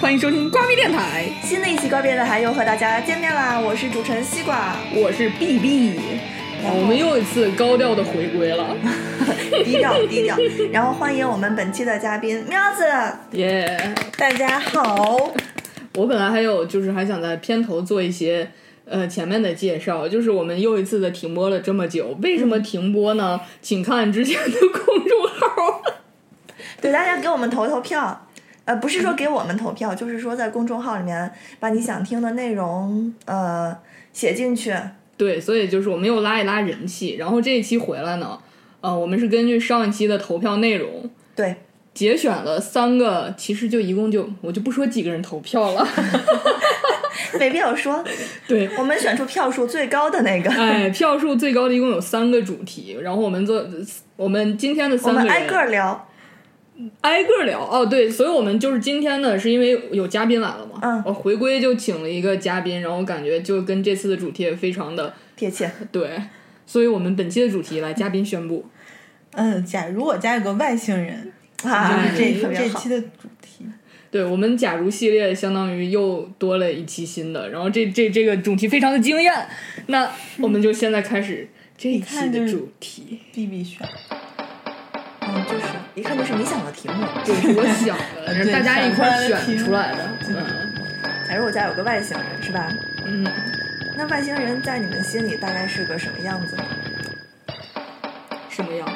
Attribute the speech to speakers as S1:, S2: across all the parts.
S1: 欢迎收听瓜咪电台，
S2: 新的一期瓜变的还又和大家见面啦！我是主持人西 瓜，
S1: 我是 B B，哦
S2: 然后
S1: 我们又一次高调的回归了，
S2: 低调低调。然后欢迎我们本期的嘉宾喵子，
S1: 耶、
S2: 大家好。
S1: 我本来还有就是还想在片头做一些呃前面的介绍，就是我们又一次的停播了这么久，为什么停播呢？请看之前的公众号。
S2: 对，大家给我们投投票，呃，不是说给我们投票，就是说在公众号里面把你想听的内容呃写进去。
S1: 对，所以就是我们又拉一拉人气，然后这一期回来呢，呃，我们是根据上一期的投票内容
S2: 对，
S1: 节选了三个，其实就一共就我就不说几个人投票了，
S2: 没必要 说，
S1: 对，
S2: 我们选出票数最高的那个，
S1: 哎，票数最高的一共有三个主题，然后我们做我们今天的
S2: 我
S1: 三个
S2: 们
S1: 人
S2: 挨个儿聊。
S1: 挨个儿聊哦，对，所以我们就是今天呢，是因为有嘉宾来了嘛，
S2: 嗯
S1: 我回归就请了一个嘉宾，然后我感觉就跟这次的主题也非常的
S2: 贴 切，
S1: 对，所以我们本期的主题来嘉宾宣布，
S3: 嗯，假如我家有个外星人，
S2: 啊
S1: 哎，
S3: 这
S2: 特别
S3: 这
S2: 好
S3: 期。的主题，
S1: 对我们假如系列相当于又多了一期新的，然后这这这个主题非常的惊艳，那我们就现在开始这一期
S3: 看就
S1: 的
S3: 是
S1: 主题，
S3: 必必选。
S2: 嗯，就是一看就是你想的题目。
S1: 就是我想的， 是
S3: 对
S1: 大家一块儿
S3: 想出来的
S1: 选
S3: 题目
S1: 出来的，嗯。
S2: 假如我家有个外星人，是吧？
S1: 嗯，
S2: 那外星人在你们心里大概是个什么样子呢？
S1: 什么样？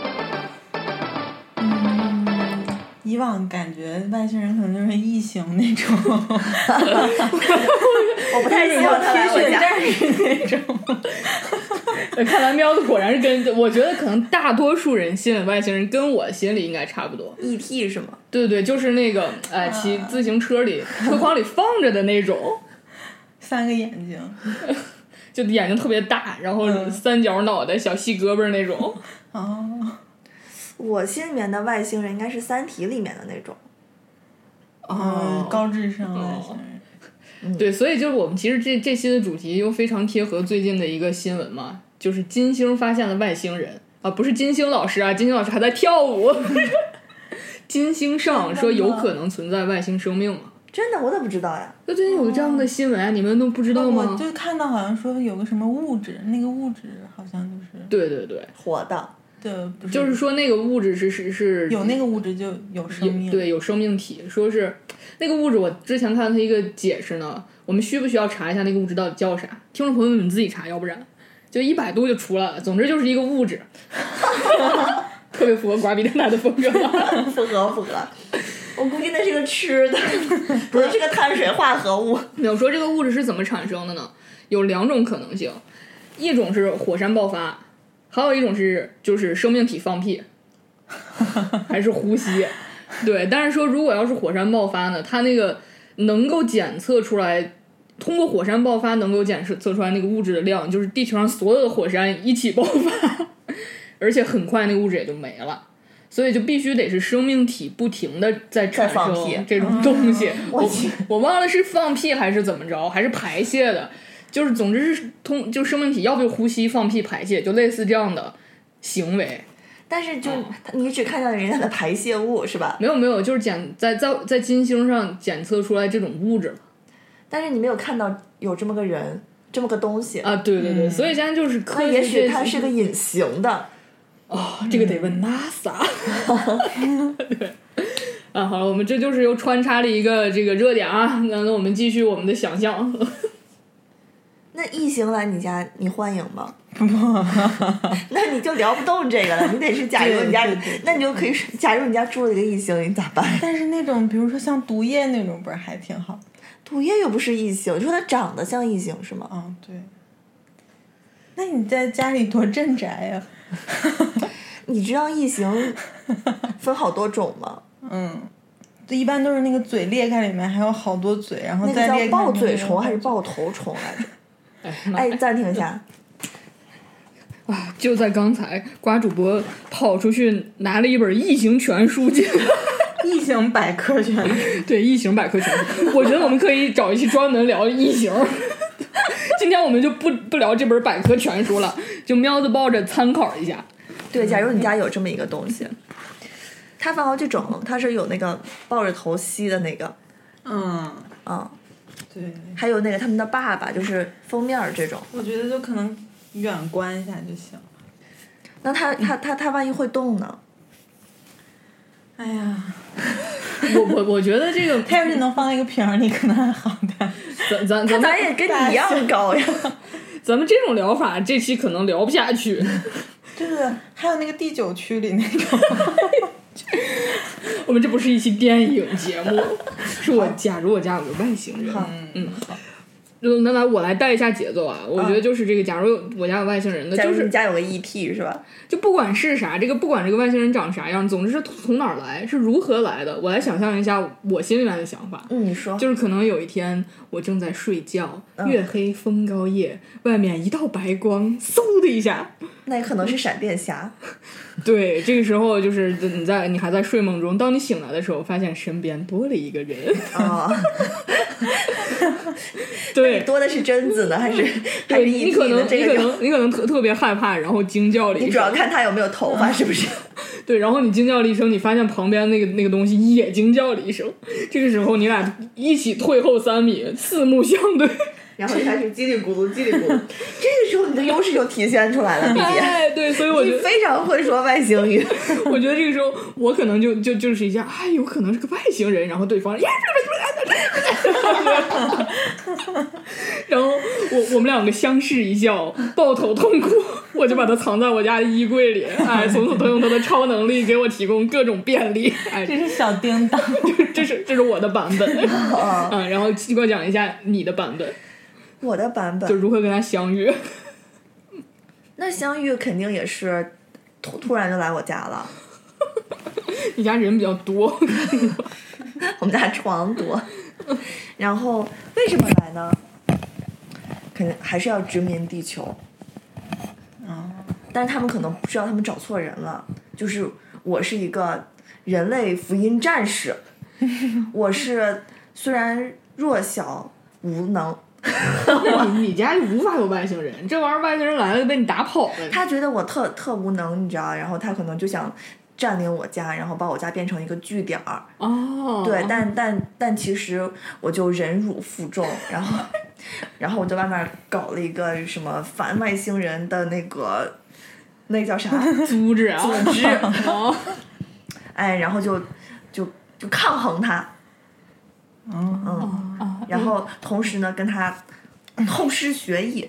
S3: 嗯，以往感觉外星人可能就是异形那种，
S2: 我不太希望他来
S3: 铁
S2: 我
S3: 血
S2: 家。
S3: 战士那种。
S1: 看来喵子果然是跟我觉得可能大多数人心里外星人跟我心里应该差不多。
S2: E.T. E 是吗？
S1: 对对，就是那个哎，骑自行车里车筐里放着的 那种，
S3: 三个眼睛，
S1: 就眼睛特别大，然后
S3: 嗯
S1: 三角脑袋、小细胳膊那种。
S3: 哦，
S2: 我心里面的外星人应该是《三体》里面的那种。哦
S1: 哦
S3: 嗯，高智商外星人，
S1: 对，所以就是我们其实这这期的主题又非常贴合最近的一个新闻嘛，就是金星发现了外星人啊，不是金星老师啊，金星老师还在跳舞。 金星上说有可能存在外星生命嘛？
S2: 真的，我怎么不知道呀？
S1: 那最近有这样的新闻啊，你们都不知道
S3: 哦我
S1: 吗？
S3: 就看到好像说有个什么物质，那个物质好像就是
S1: 对对对，
S2: 火的，
S3: 对，不是
S1: 就是说那个物质是是是
S3: 有那个物质就有生命，
S1: 对有生命体，说是那个物质，我之前看它一个解释呢，我们需不需要查一下那个物质到底叫啥？听众朋友们你们自己查，要不然就一百度就出来了。总之就是一个物质， 特别符合瓜逼电台的风格。
S2: 符合符合。我估计那是个吃的， 不是是个碳水化合物。
S1: 没有说这个物质是怎么产生的呢？有两种可能性，一种是火山爆发，还有一种是就是生命体放 屁，还是呼吸。对，但是说如果要是火山爆发呢，它那个能够检测出来，通过火山爆发能够检测出来那个物质的量，就是地球上所有的火山一起爆发，而且很快那个物质也就没了。所以就必须得是生命体不停的在产
S2: 放屁啊
S1: 生这种东西，我
S2: 去
S1: 我忘了是放屁还是怎么着，还是排泄的，就是总之是通就是生命体要不就呼吸、放屁、排泄，就类似这样的行为。
S2: 但是就、你只看到人家的排泄物是吧？
S1: 没有没有，就是检在在在金星上检测出来这种物质了
S2: 但是你没有看到有这么个人，这么个东西。
S1: 啊，对对对，所以现在就是
S2: 嗯那
S1: 科学
S2: 也
S1: 界
S2: 许它是个嗯隐形的。
S1: 哦，这个得问 NASA。对，啊，好了，我们这就是又穿插了一个这个热点啊，那那我们继续我们的想象。
S2: 那异形来你家，你欢迎 吗？那你就聊不动这个了，你得是假如你家
S3: 对对对，
S2: 那你就可以说，假如你家住了一个异形，你咋办？
S3: 但是那种比如说像毒液那种，不是还挺好？
S2: 毒液又不是异形，你说它长得像异形是吗？
S3: 嗯，对。那你在家里多镇宅呀、
S2: 你知道异形分好多种 吗？
S3: 嗯，就一般都是那个嘴裂开，里面还有好多嘴，然后
S2: 那
S3: 再
S2: 个
S3: 裂
S2: 叫
S3: 开里面
S2: 抱
S3: 有。
S2: 嘴虫还是抱头虫来着？
S1: 哎，
S2: 哎，暂停一 下，
S1: 啊！就在刚才，瓜主播跑出去拿了一本《异形全书》进来。
S3: 异形百科全书？
S1: 对，异形百科全书，我觉得我们可以找一期专门聊异形。 今天我们就不不聊这本百科全书了，就喵子抱着参考一下。
S2: 对，假如你家有这么一个 东西，它分好几种，它是有那个抱着头吸的那个，
S3: 嗯，
S2: 嗯，
S3: 对，
S2: 还有那个他们的爸爸，就是封面儿这种。
S3: 我觉得就可能远观一下就行。
S2: 那他他他他万一会动呢？
S3: 哎呀，
S1: 我我我觉得这个
S3: 它要是能放在一个瓶儿里，可能还好点。
S1: 咱咱咱
S2: 咱
S1: 们
S2: 也跟你一样高 呀。
S1: 咱们这种疗法，这期可能聊不下去。
S3: 就是还有那个第九区里那种，
S1: 我们这不是一期电影节目，是我假如我家有个外星人，嗯，好，就那来我来带一下节奏啊。我觉得就是这个，假如我家有外星人的，
S2: 假
S1: 就
S2: 如你
S1: 是
S2: 家有个 ET 是吧？
S1: 就不管是啥，这个不管这个外星人长啥样，总之是从哪儿来，是如何来的，我来想象一下我心里面的想法。
S2: 嗯，你说。
S1: 就是可能有一天我正在睡觉，
S2: 嗯
S1: 月黑风高夜，外面一道白光，嗖的一下
S2: 那也可能是闪电侠。
S1: 对，这个时候就是你在你还在睡梦中，当你醒来的时候，发现身边多了一个人。
S2: 哦，
S1: 对，
S2: 多的是贞子 呢，还是哎还是
S1: 对你
S2: ET
S1: 可能
S2: 呢？
S1: 你
S2: 这
S1: 可
S2: 个 就
S1: 能你可能特特别害怕，然后惊叫了一
S2: 你主要
S1: 声。
S2: 看他有没有头发，是不是？
S1: 对，然后你惊叫了一声，你发现旁边那个那个东西也惊叫了一声。这个时候你俩一起退后三米，四目相对。
S2: 然后就开始叽里咕噜叽里咕噜， 这个时候你的优势就体现出来了， 弟弟。
S1: 哎， 对，所以我觉
S2: 你
S1: 得
S2: 非常会说外星 语，
S1: 我觉得这个时候我可能就就就是一下，哎，有可能是个外星人，然后对方呀。然后我我们两个相视一笑，抱头痛哭。我就把它藏在我家的衣柜里，哎，从此他用他的超能力给我提供各种便利。哎，
S3: 这是小叮当。
S1: 这是这是我的版本。
S2: 哦
S1: 嗯，然后给我讲一下你的版本，
S2: 我的版
S1: 就
S2: 本。
S1: 如何跟他相遇。
S2: 那相遇肯定也是突突然就来我家了，
S1: 你家人比较多，
S2: 我们家床多。然后为什么来呢？肯定还是要殖民地球，
S3: 嗯，
S2: 但是他们可能不知道他们找错人了。就是我是一个人类福音战士，我是虽然弱小无能，
S1: 那你你家就无法有外星人，这玩意儿外星人来了就被你打跑了。
S2: 他觉得我特特无能，你知道，然后他可能就想占领我家，然后把我家变成一个据点儿。
S1: 哦，
S2: 对，但但但其实我就忍辱负重，然后然后我就外面搞了一个什么反外星人的那个那个叫啥
S1: 组织啊，
S2: 组织，
S1: 哦，
S2: 哎，然后就就就抗衡他，
S3: 嗯，
S2: 嗯，
S1: 啊
S2: 然后同时呢跟他痛失学艺，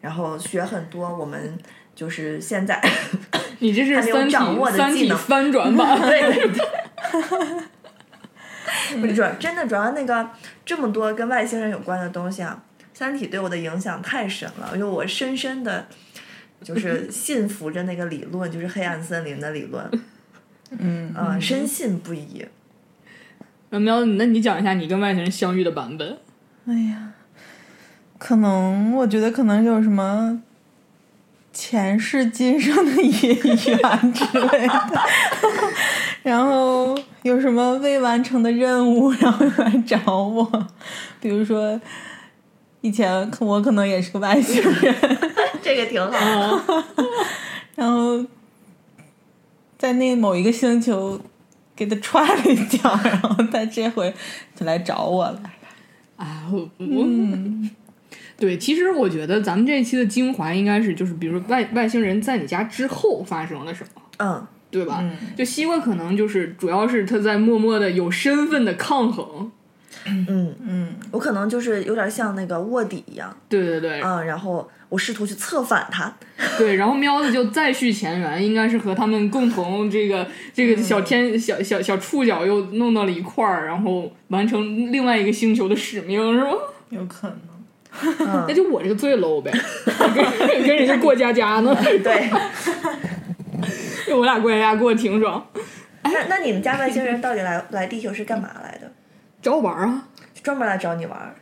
S2: 然后学很多我们就是现在
S1: 你这是
S2: 还没有
S1: 三体
S2: 掌握的
S1: 三
S2: 技
S1: 体
S2: 能
S1: 翻转版，
S2: 对对对。 不是主要真的主要那个这么多跟外星人有关的东西啊，《三体》对我的影响太深了，因为我深深的就是信服着那个理论，就是黑暗森林的理论，
S3: 嗯
S2: 嗯、深信不疑。
S1: 那喵，那你讲一下你跟外星人相遇的版本。
S3: 哎呀，可能我觉得可能有什么前世今生的姻缘之类的， 然后有什么未完成的任务，然后来找我，比如说。以前可我可能也是个外星人，
S2: 这个挺好，
S3: 然后在那某一个星球给他踹了一脚，然后他这回就来找我了。嗯
S1: 啊，我我、对，其实我觉得咱们这一期的精华应该是就是，比如说外外星人在你家之后发生了什么。
S2: 嗯，
S1: 对吧？就西瓜可能就是主要是他在默默的有身份的抗衡，
S2: 我可能就是有点像那个卧底一样，
S1: 对对对、
S2: 嗯，然后我试图去策反他，
S1: 对。然后喵子就再续前缘，应该是和他们共同这个这个小天、小小小触角又弄到了一块儿，然后完成另外一个星球的使命，是吗？
S3: 有可能。
S1: 那就我这个最 low 呗，跟跟人家过家家呢，
S2: 对。
S1: 我俩过家家过得挺爽，
S2: 那那你们家外星人到底来来地球是干嘛来的？
S1: 找我玩儿啊。
S2: 就专门来找你玩儿？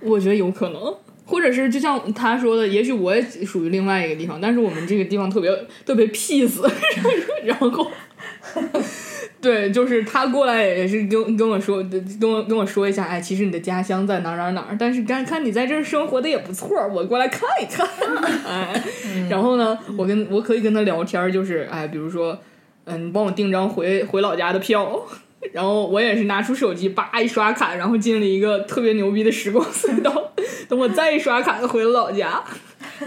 S1: 我觉得有可能，或者是就像他说的，也许我也属于另外一个地方，但是我们这个地方特别特别 peace，然 后。 对，就是他过来也是跟跟我说，跟我跟我说一下，哎，其实你的家乡在哪儿哪儿哪儿，但是看看你在这儿生活的也不错，我过来看一看，哎，然后呢，我跟我可以跟他聊天儿，就是哎，比如说，嗯，你帮我订张回回老家的票，然后我也是拿出手机叭一刷卡，然后进了一个特别牛逼的时光隧 道。等我再一刷卡，就回了老家。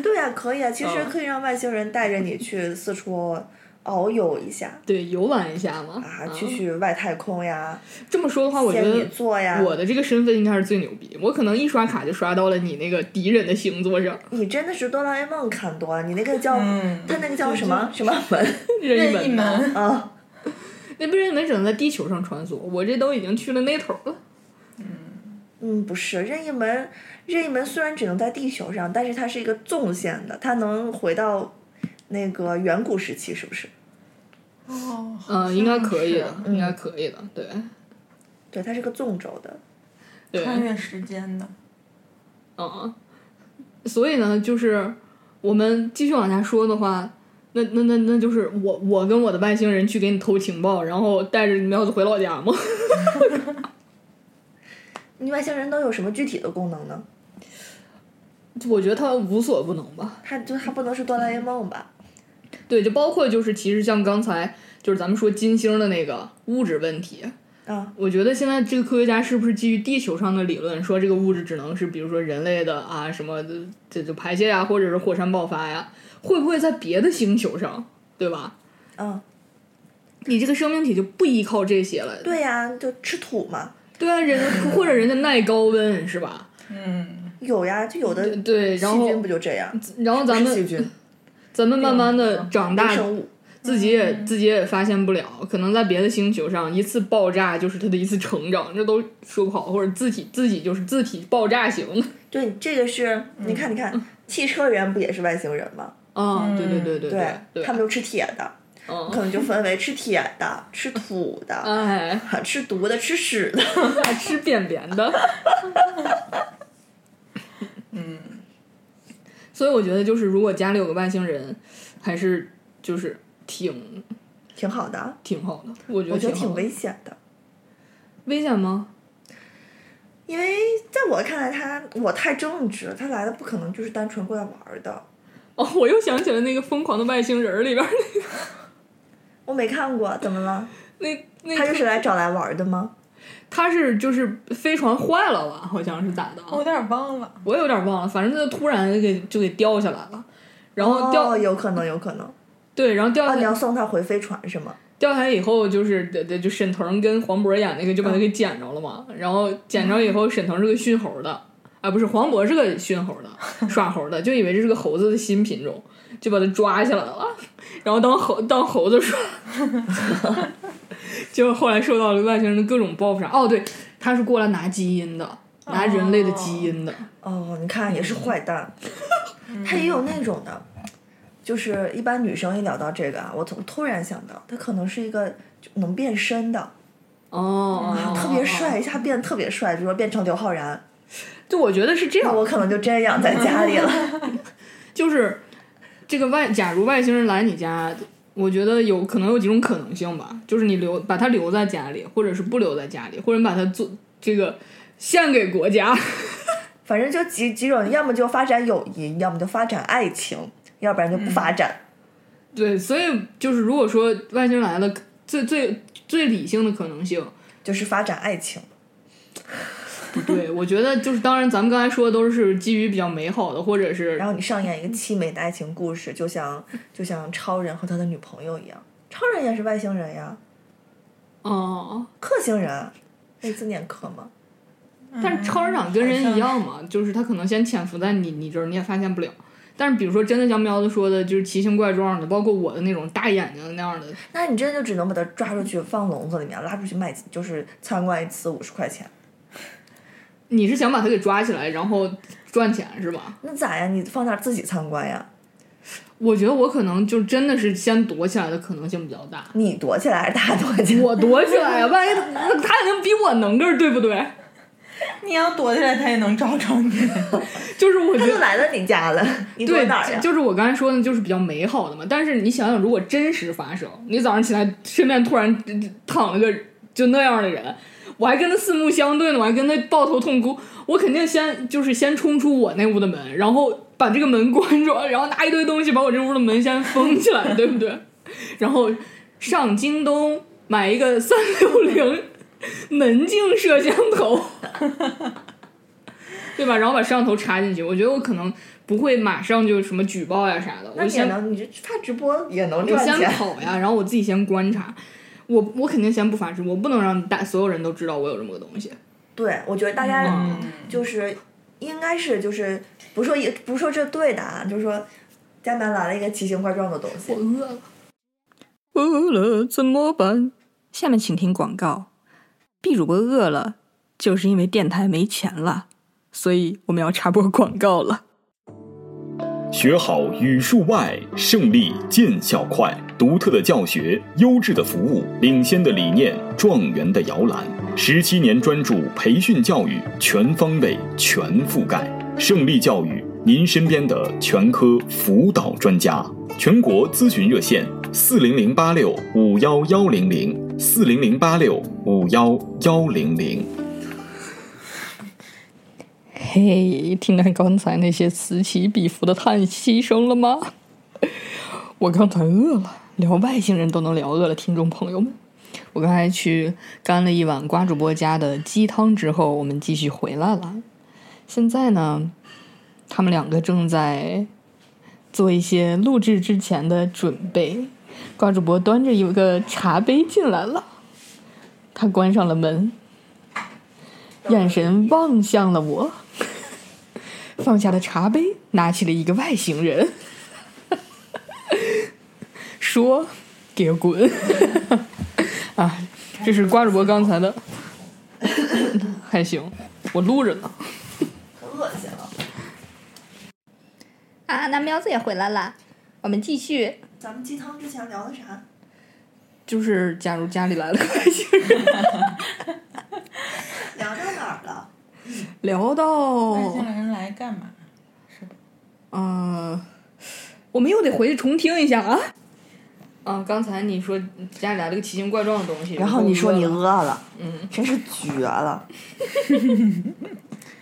S2: 对呀、可以啊，其
S1: 嗯
S2: 实可以让外星人带着你去四处遨游一下
S1: 对，游玩一下嘛。嗯
S2: 啊，去去外太空呀，
S1: 这么说的话，我觉
S2: 仙女
S1: 得
S2: 座呀，
S1: 我的这个身份应该是最牛逼。我可能一刷卡就刷到了你那个敌人的星座上，
S2: 你真的是哆啦 A 梦看多了，你那个叫、
S1: 嗯
S2: 他那个叫什么什么门
S1: 任
S3: 任意
S1: 门呐。
S3: 门，
S2: 啊？
S1: 那被任意门只能在地球上穿梭，我这都已经去了那头了。
S2: 嗯，不是任意门，任意门虽然只能在地球上，但是它是一个纵线的，它能回到那个远古时期，是不是？
S3: 哦，
S1: 嗯、应该可以的，
S3: 是
S1: 应该可以的，对
S2: 对，它是个纵轴的。
S1: 对。
S3: 穿越时间的，
S1: 嗯，所以呢，就是我们继续往下说的话，那那那那就是我我跟我的外星人去给你偷情报，然后带着苗子回老家吗？
S2: 你外星人都有什么具体的功能呢？
S1: 我觉得他无所不能吧。
S2: 它就它不能是哆啦 A 梦吧？
S1: 对，就包括就是其实像刚才就是咱们说金星的那个物质问题，
S2: 啊，
S1: 我觉得现在这个科学家是不是基于地球上的理论，说这个物质只能是比如说人类的啊什么的这就排泄呀、或者是火山爆发呀，会不会在别的星球上，对吧？
S2: 嗯，
S1: 你这个生命体就不依靠这些了，
S2: 对呀、就吃土嘛，
S1: 对啊，人或者人家耐高温是吧？
S3: 嗯，
S2: 有呀，就有的细
S1: 对，然后嗯
S2: 菌不就这样？
S1: 然后咱
S2: 不是细
S1: 们
S2: 菌，
S1: 咱们慢慢的长嗯
S2: 微
S1: 大，
S2: 生物。
S1: 自己也
S2: 嗯
S1: 自己也发现不了，可能在别的星球上一次爆炸就是他的一次成长，这都说不好，或者自体自己就是自体爆炸型
S2: 对，这个是你看，你
S1: 嗯
S2: 看，汽车人不也是外星人吗？
S1: 啊，对对对对
S2: 嗯对，
S1: 对
S2: 他们，都吃铁的，可
S1: 嗯，
S2: 能就分为吃铁的、吃土的、
S1: 哎，
S2: 吃毒的、吃屎的。
S1: 还吃便便 的，
S3: 嗯，
S1: 所以我觉得就是如果家里有个外星人，还是就是挺
S2: 挺好的，
S1: 挺好的，我觉
S2: 我
S1: 得
S2: 觉得
S1: 好
S2: 挺
S1: 的
S2: 危险的，
S1: 危险吗？
S2: 因为在我看来他，我太正直了，他来的不可能就是单纯过来玩儿的。
S1: 哦，我又想起了那个疯狂的外星人儿里边儿
S2: 我没看过，怎么了？
S1: 那那那
S2: 他就是来找来玩儿的吗？
S1: 他是就是飞船坏了吧？好像是咋的啊？
S3: 哦我有点忘了，
S1: 我有点忘了，反正就突然给就给掉下来了，然后掉、
S2: 哦，有可能，有可能。
S1: 对，然后掉
S2: 哦，
S1: 下
S2: 你
S1: 来、
S2: 要送他回飞船是吗？
S1: 掉下来以后就是对对，就沈腾跟黄渤演那个就
S2: 嗯
S1: 把他给捡着了嘛，然后捡着以后沈腾是个驯猴的。啊，不是黄渤是个驯猴的，耍猴的，就以为这是个猴子的新品种，就把它抓下来了，然后当猴当猴子耍， 结果后来受到了外星人的各种报复啥。哦，对，他是过来拿基因的，拿人类的基因的。
S2: 哦，你看也是坏蛋，他也有那种的，就是一般女生一聊到这个啊，我突突然想到，他可能是一个就能变身的，
S1: 哦，
S2: 特别帅，一下变得特别帅，比如说变成刘昊然，
S1: 就我觉得是这样
S2: 那，我可能就真养在家里了。
S1: 就是这个外，假如外星人来你家，我觉得有可能有几种可能性吧，就是你留把他留在家里，或者是不留在家里，或者你把他做这个献给国家。
S2: 反正就几几种，要么就发展友谊，要么就发展爱情，要不然就不发展。
S1: 对，所以就是如果说外星人来了，最最最理性的可能性，
S2: 就是发展爱情，
S1: 不对，我觉得就是当然，咱们刚才说的都是基于比较美好的，或者是
S2: 然后你上演一个凄美的爱情故事，就像就像超人和他的女朋友一样，超人也是外星人呀，
S1: 哦，
S2: 克星人，那字念克吗？
S1: 但是超人长跟人一样嘛，就是他可能先潜伏在你你这儿，你也发现不了。但是比如说真的像喵子说的，就是奇形怪状的，包括我的那种大眼睛的那样的，
S2: 那你真的就只能把它抓出去放笼子里面，拉出去卖，就是参观一次五十块钱。
S1: 你是想把它给抓起来，然后赚钱是吧？
S2: 那咋呀？你放那儿自己参观呀？
S1: 我觉得我可能就真的是先躲起来的可能性比较大。
S2: 你躲起来还是他躲起来？
S1: 我躲起来呀，万一他他也能比我能个儿，对不对？
S3: 你要躲起来，他也能找着你。
S1: 就是我觉
S2: 他
S1: 得
S2: 就来到你 家了，你躲
S1: 对
S2: 哪儿呀，？
S1: 就是我刚才说的，就是比较美好的嘛。但是你想想，如果真实发生，你早上起来身边突然躺了个就那样的人，我还跟他四目相对呢，我还跟他抱头痛哭，我肯定先就是先冲出我那屋的门，然后把这个门关住，然后拿一 堆东西把我这屋的门先封起来，对不对？然后上京东买一个三六零门镜摄像 头，对吧？然后把摄像头插进去，我觉得我可能不会马上就什么举报呀啥的，我
S2: 那你也
S1: 先
S2: 能，你这发直播也能
S1: 我
S2: 赚
S1: 先
S2: 钱。
S1: 跑呀，然后我自己先观察。我我肯定先不发直播，我不能让大所有人都知道我有这么个东西。
S2: 对，我觉得大家
S3: 嗯
S2: 就是应该是就是不是说也不是说这对的啊，就是说江南来了一个奇形怪状的东西。
S1: 饿了，饿了怎么办？
S4: 下面请听广告。B 主播饿了，就是因为电台没钱了，所以我们要插播广告了。
S5: 学好语数外，胜利见效快。独特的教学，优质的服务，领先的理念，状元的摇篮。十七年专注培训教育，全方位、全覆盖。胜利教育，您身边的全科辅导专家。全国咨询热线：四零零八六五幺幺零零，四零零八六五幺幺零零。
S4: 嘿，听到刚才那些此起彼伏的叹息声了吗？我刚才饿了，聊外星人都能聊饿了，听众朋友们。我刚才去干了一碗瓜主播家的鸡汤之后，我们继续回来了。现在呢，他们两个正在做一些录制之前的准备。瓜主播端着一个茶杯进来了，他关上了门，眼神望向了我，放下了茶杯，拿起了一个外星人， 说：“给我滚！” 啊，这是瓜主播刚才的， 还行，我录着呢。
S2: 恶心了。
S4: 啊，那喵子也回来啦，我们继续。
S2: 咱们鸡汤之前聊的啥？
S4: 就是假如家里来了个外星人，
S2: 聊到哪儿了？
S4: 聊到
S3: 外星人来干嘛？
S4: 嗯，我们又得回去重听一下啊。啊，刚才你说家里来了个奇形怪状的东西，
S2: 然后你说你
S4: 我饿了
S2: 饿了，嗯，真是绝了。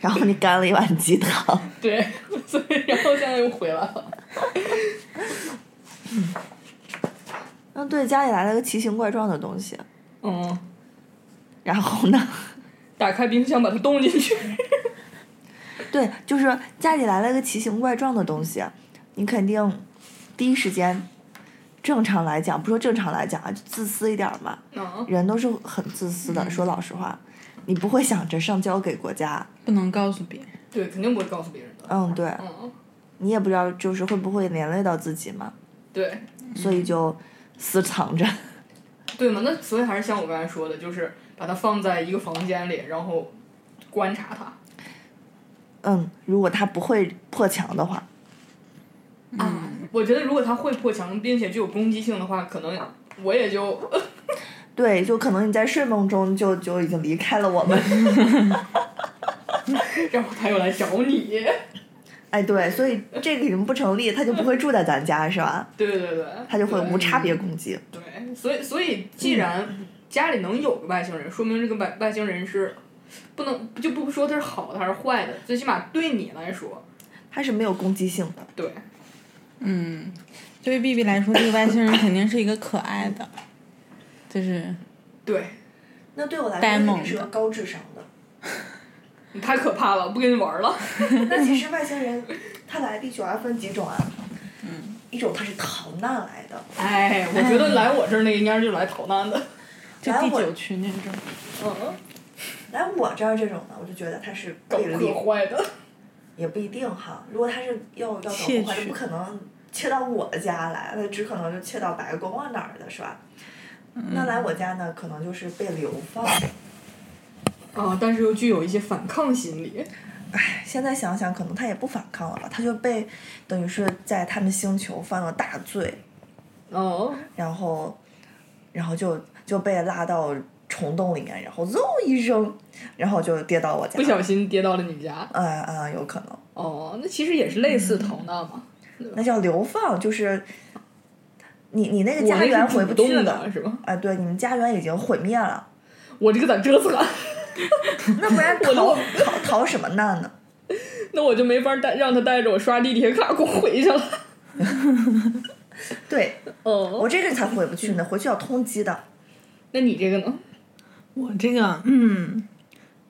S2: 然后你干了一碗鸡汤，
S4: 对， 所以然后现在又回来了。
S2: 嗯，对，家里来了个奇形怪状的东西，
S4: 嗯，
S2: 然后呢？
S4: 打开冰箱把它冻进去。
S2: 对，就是家里来了个奇形怪状的东西，你肯定第一时间，正常来讲，不说正常来讲啊，就自私一点儿嘛，
S4: 嗯
S1: 啊，
S2: 人都是很自私的，说老实话，你不会想着上交给国家，
S3: 不能告诉别人。
S1: 对，肯定不会告诉别人的。
S2: 嗯，对
S1: 嗯，
S2: 你也不知道就是会不会连累到自己嘛，
S1: 对，
S2: 所以就私藏着。
S1: 对嘛，那所以还是像我刚才说的，就是把它放在一个房间里，然后观察它。
S2: 嗯，如果他不会破墙的话，
S1: 啊，
S3: 嗯
S1: 我觉得如果它会破墙，并且具有攻击性的话，可能我也就
S2: 对，就可能你在睡梦中就就已经离开了我们。
S1: 然后它又来找你。
S2: 哎，对，所以这个已经不成立，他就不会住在咱家是吧？
S1: 对对对，
S2: 他就会
S1: 对
S2: 无差别嗯攻击。
S1: 对，所以所以既然家里能有个外星人，说明这个外外星人是不能就不说他是好的还是坏的，最起码对你来说，
S2: 它是没有攻击性的。
S1: 对
S3: 嗯，对于 B B 来说，这个外星人肯定是一个可爱的，就是
S1: 对，
S2: 那对我来
S3: 呆萌的
S2: 高智商 的。
S1: 你太可怕了，不跟你玩了。
S2: 那其实外星人，他来地球还分几种啊？嗯，一种他是逃难来的，
S1: 哎，我觉得来我这儿那个应该是来逃难的。
S3: 就
S2: 来
S3: 第
S2: 我
S3: 九区那种。
S1: 嗯，
S2: 来我这儿这种呢，我就觉得他是
S1: 搞
S2: 被利
S1: 破，坏的。
S2: 也不一定哈。如果他是要要搞
S3: 窃
S2: 破坏，
S3: 取
S2: 就不可能窃到我家来，他只可能就窃到白宫啊哪儿的，是吧？那
S1: 嗯
S2: 来我家呢，可能就是被流放的。
S1: 啊，但是又具有一些反抗心理。
S2: 现在想想，可能他也不反抗了吧，他就被等于是在他们星球犯了大罪，
S1: 哦，
S2: 然后，然后就就被拉到虫洞里面，然后嗖一声，然后就跌到我家。
S1: 不小心跌到了你家。
S2: 啊啊、有可能，
S1: 哦，那其实也是类似逃难嘛。
S2: 那叫流放，就是你你那个
S1: 我
S2: 家园
S1: 那是
S2: 回
S1: 主
S2: 不
S1: 动
S2: 去
S1: 的
S2: 了。
S1: 是吧？
S2: 啊，对，你们家园已经毁灭 了，
S1: 我这个咋折腾啊？
S2: 那不然逃逃逃什么难呢？
S1: 那我就没法带让他带着我刷地铁卡给我回去了。
S2: 对
S1: 哦，
S2: 我这个才回不去呢，回去要通缉的。
S1: 那你这个呢？
S3: 我这个，嗯，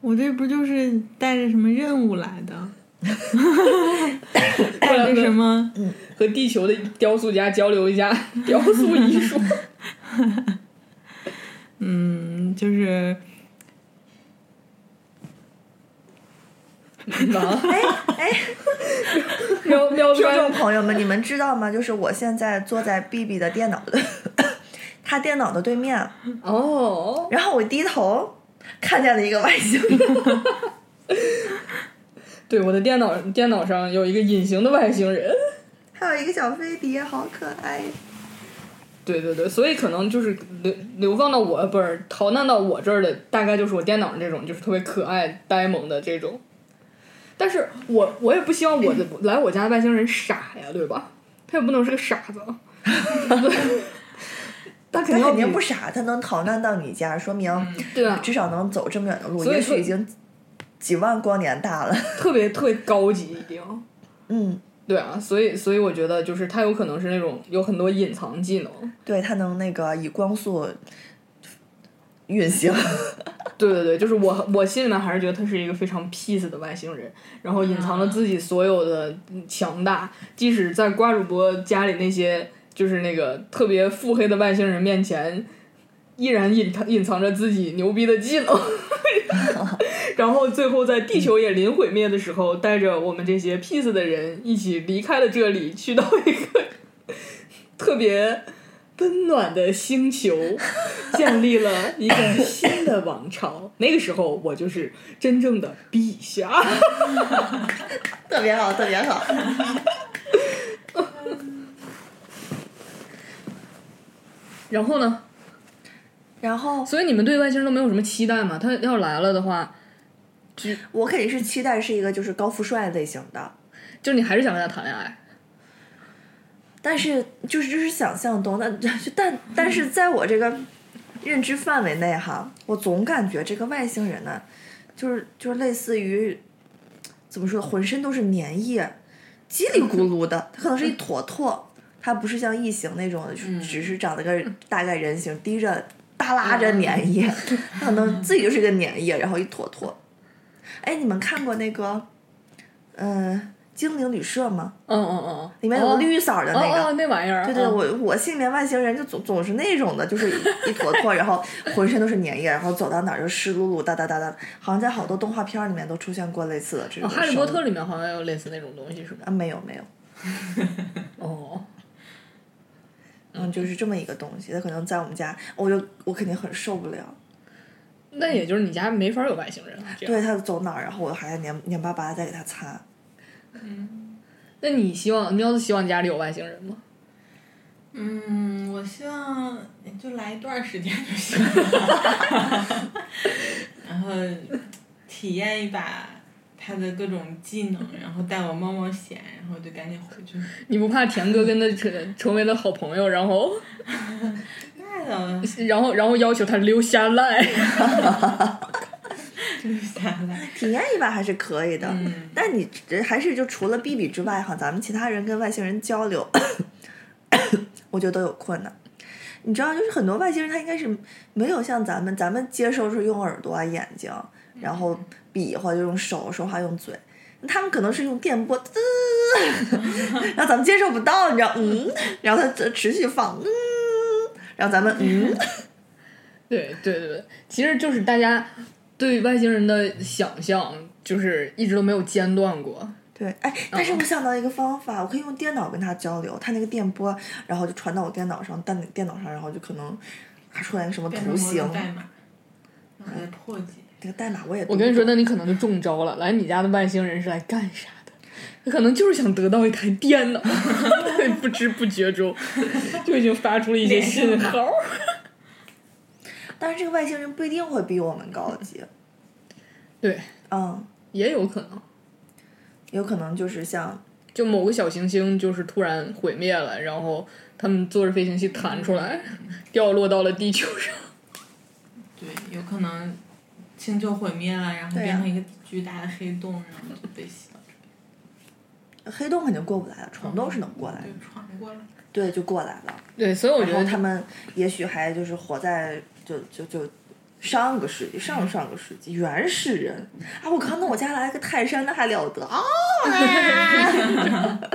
S3: 我这不就是带着什么任务来的？
S1: 哎
S3: 带着什么？
S1: 和地球的雕塑家交流一下雕塑艺 术。
S3: 嗯，就是
S1: 完
S2: 哎 哎，
S1: 喵喵
S2: 听众
S1: 栓，
S2: 朋友们，你们知道吗？就是我现在坐在 B B 的电脑的， 他电脑的对面，
S1: 哦，
S2: 然后我低头看见了一个外星人，
S1: 对，我的电脑电脑上有一个隐形的外星人。
S2: 还有一个小飞碟，好可爱。
S1: 对对对，所以可能就是流流放到我不是逃难到我这儿的，大概就是我电脑上这种，就是特别可爱呆萌的这种。但是我我也不希望我的来我家的外星人傻呀，对吧？他也不能是个傻子， 他肯定
S2: 他
S1: 要
S2: 肯
S1: 比
S2: 定不傻，他能逃难到你家，说明
S1: 对啊，
S2: 至少能走这么远的路，
S1: 所以
S2: 也
S1: 说
S2: 许已经几万光年大了。
S1: 特别特别高级已经。
S2: 嗯，
S1: 对啊，所以所以我觉得就是他有可能是那种有很多隐藏技能。
S2: 对，他能那个以光速运行。
S1: 对对对，就是我我心里面还是觉得他是一个非常 peace 的外星人，然后隐藏了自己所有的嗯强大，即使在瓜主播家里那些就是那个特别腹黑的外星人面前，依然隐藏隐藏着自己牛逼的技能， 然后最后在地球也临毁灭的时候，带着我们这些 peace 的人一起离开了这里，去到一个 特别温暖的星球，建立了一个新的王朝。那个时候，我就是真正的陛下。
S2: 特别好，特别好。
S1: 然后呢？
S2: 然后
S1: 所以你们对外星人都没有什么期待吗？他要来了的话，
S2: 我肯定是期待是一个就是高富帅类型的，
S1: 就是你还是想跟他谈恋爱。
S2: 但是就是就是想象中的，但但
S1: 嗯
S2: 是在我这个认知范围内哈，我总感觉这个外星人呢，就是就是类似于怎么说，浑身都是粘液，叽
S1: 嗯
S2: 里咕噜的，它可能是一坨坨，它不是像异形那种，
S1: 嗯
S2: 就是只是长得个大概人形，滴着耷拉
S1: 嗯
S2: 着粘 液，它可能自己就是个粘液，然后一坨坨。哎，你们看过那个，嗯、精灵旅社》吗？
S1: 嗯嗯嗯嗯，
S2: 哦里面有个绿色的那个，
S1: 哦哦，那玩意儿。
S2: 对对，
S1: 嗯
S2: 我我心里面外星人就总总是那种的，就是一一坨坨，然后浑身都是粘液，然后走到哪儿就湿漉漉、哒哒哒哒，好像在好多动画片儿里面都出现过类似的这
S1: 哦
S2: 种生物。
S1: 哈利波特》里面好像有类似那种东西，是吗？
S2: 啊，没有没有，
S1: 哦，
S2: 嗯，就是这么一个东西，它可能在我们家，我就我肯定很受不了。
S1: 那也就是你家没法有外星人了。这样，
S2: 对，它走哪儿，然后我还黏黏巴巴地再给它擦。
S1: 那你希望喵子希望家里有外星人吗？
S3: 嗯，我希望就来一段时间就行，然后体验一把他的各种技能，然后带我冒冒险，然后就赶紧回去。
S1: 你不怕田哥跟他成成为了好朋友，然后
S3: 那倒
S1: 然后然后要求他留下来？
S3: 留下来，
S2: 体验一把还是可以的，
S1: 嗯
S3: 嗯
S2: 但你这还是就除了 B B 之外哈，咱们其他人跟外星人交流， 我觉得都有困难。你知道，就是很多外星人他应该是没有像咱们，咱们接收是用耳朵啊、眼睛，然后比划就用手，说话用嘴。他们可能是用电波，滋， 然后咱们接受不到，你知道，嗯，然后它持持续放，嗯，然后咱们嗯，
S1: 对对对对，其实就是大家对外星人的想象，就是一直都没有间断过。
S2: 对，哎，但
S6: 嗯
S2: 是我想到一个方法，我可以用电脑跟他交流，他那个电波，然后就传到我电脑上，但电脑上，然后就可能还出来个什么
S6: 变
S2: 图
S6: 成某
S2: 形
S6: 种，代码，然
S3: 嗯
S6: 后再破解。
S2: 那个代码我也
S1: 我跟你说，那你可能就中招了。来你家的外星人是来干啥的？他可能就是想得到一台电脑， 在不知不觉中就已经发出了一些信号。
S2: 但是这个外星人不一定会比我们高级，
S1: 对，
S2: 嗯，
S1: 也有可能，
S2: 有可能就是像
S1: 就某个小行星就是突然毁灭了，然后他们坐着飞行器弹出来，掉落到了地球上。
S6: 对，有可能星球毁灭了，然后
S2: 对
S6: 变
S2: 啊
S6: 成一个巨大的黑洞，然后就被吸了。
S2: 黑洞肯定过不来了，
S6: 嗯
S2: 虫洞是能过来的，
S6: 就闯过了。
S2: 对，就过来了。
S1: 对，所以我觉
S2: 然后
S1: 得
S2: 他们也许还就是活在就就就上个世纪、上上个世纪原始人啊！我靠，那我家来个泰山，那还了得啊！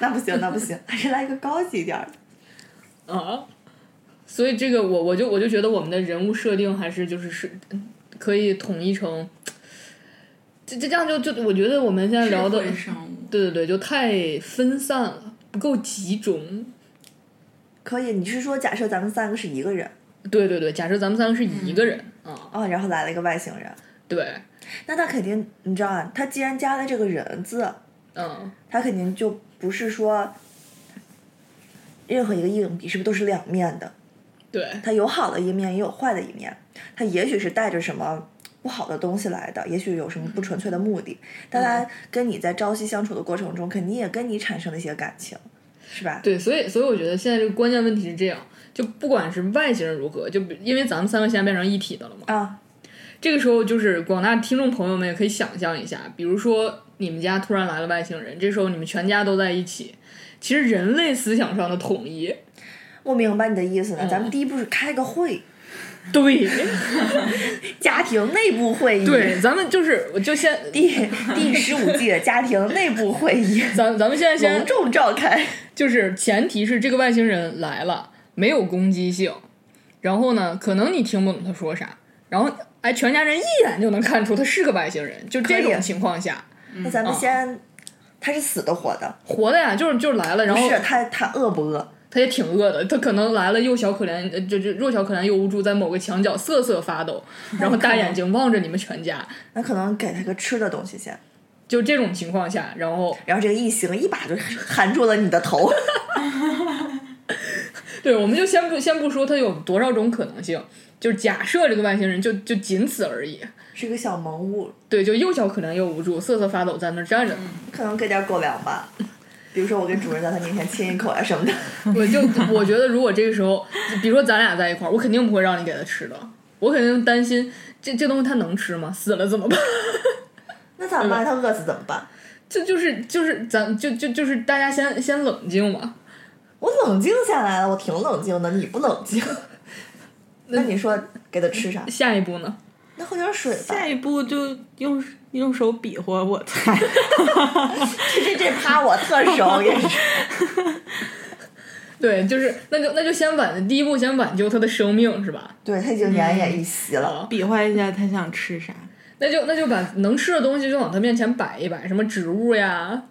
S2: 那不行，那不行，还是来一个高级一点儿的。
S1: 啊，所以这个我我就我就觉得我们的人物设定还是就是是可以统一成，这这这样就就我觉得我们现在聊的，
S6: 智慧生物
S1: 对对对，就太分散了，不够集中。
S2: 可以，你是说假设咱们三个是一个人
S1: 对对对，假设咱们三个是一个人、啊，
S2: 啊、然后来了一个外星人，
S1: 对，
S2: 那他肯定你知道啊，他既然加了这个人字，
S1: 嗯，
S2: 他肯定就不是说任何一个硬币是不是都是两面的？
S1: 对
S2: 它有好的一面，也有坏的一面。它也许是带着什么不好的东西来的，也许有什么不纯粹的目
S1: 嗯
S2: 的。但它跟你在朝夕相处的过程中，肯定也跟你产生了一些感情，是吧？
S1: 对，所以所以我觉得现在这个关键问题是这样，就不管是外星人如何，就比因为咱们三个现在变成一体的了嘛，
S2: 啊，
S1: 这个时候就是广大听众朋友们也可以想象一下，比如说你们家突然来了外星人，这时候你们全家都在一起，其实人类思想上的统 一，
S2: 我明白你的意思
S1: 嗯
S2: 了。咱们第一步是开个会，
S1: 对
S2: 家庭内部会议。
S1: 对，咱们就是我就先，
S2: 第第十五届家庭内部会议
S1: 咱咱们现在
S2: 隆
S1: 先
S2: 重召开。
S1: 就是前提是这个外星人来了没有攻击性，然后呢，可能你听不懂他说啥，然后哎，全家人一眼就能看出他是个外星人，就这
S2: 可以
S1: 种情况下，
S2: 那咱们
S1: 哦
S2: 先，他是死的活的？
S1: 活的呀，就是就是来了，然
S2: 不
S1: 后
S2: 是，他他饿不饿？
S1: 他也挺饿的，他可能来了又小可怜，呃就就弱小可怜又无助，在某个墙角瑟瑟发抖，然后大眼睛望着你们全家，
S2: 那可能给他个吃的东西先。
S1: 就这种情况下，然后
S2: 然后这个异形一把就含住了你的头。
S1: 对，我们就先不先不说他有多少种可能性，就是假设这个外星人就就仅此而已，
S2: 是个小萌物，
S1: 对，就又小可怜又无助，瑟瑟发抖在那儿站着，
S2: 可能给点狗粮吧。比如说我跟主人在他面前亲一口啊什么的，
S1: 我就我觉得如果这个时候，比如说咱俩在一块儿，我肯定不会让你给他吃的，我肯定担心这这东西他能吃吗？死了怎么办？
S2: 那咋
S3: 嗯
S2: 办？他饿死怎么办？
S1: 这就是就是咱就就就是大家先先冷静嘛。
S2: 我冷静下来了，我挺冷静的，你不冷静。
S3: 嗯
S2: 那你说给他吃啥？
S1: 下一步呢？
S2: 那喝点水吧。
S3: 下一步就用用手比划，我猜。
S2: 这这趴我特 熟，也是。
S1: 对，就是那就那就先挽第一步，先挽救他的生命是吧？
S2: 对他已经奄奄一息了，
S3: 比划一下他想吃啥。
S1: 那就那就把能吃的东西就往他面前摆一摆，什么植物呀，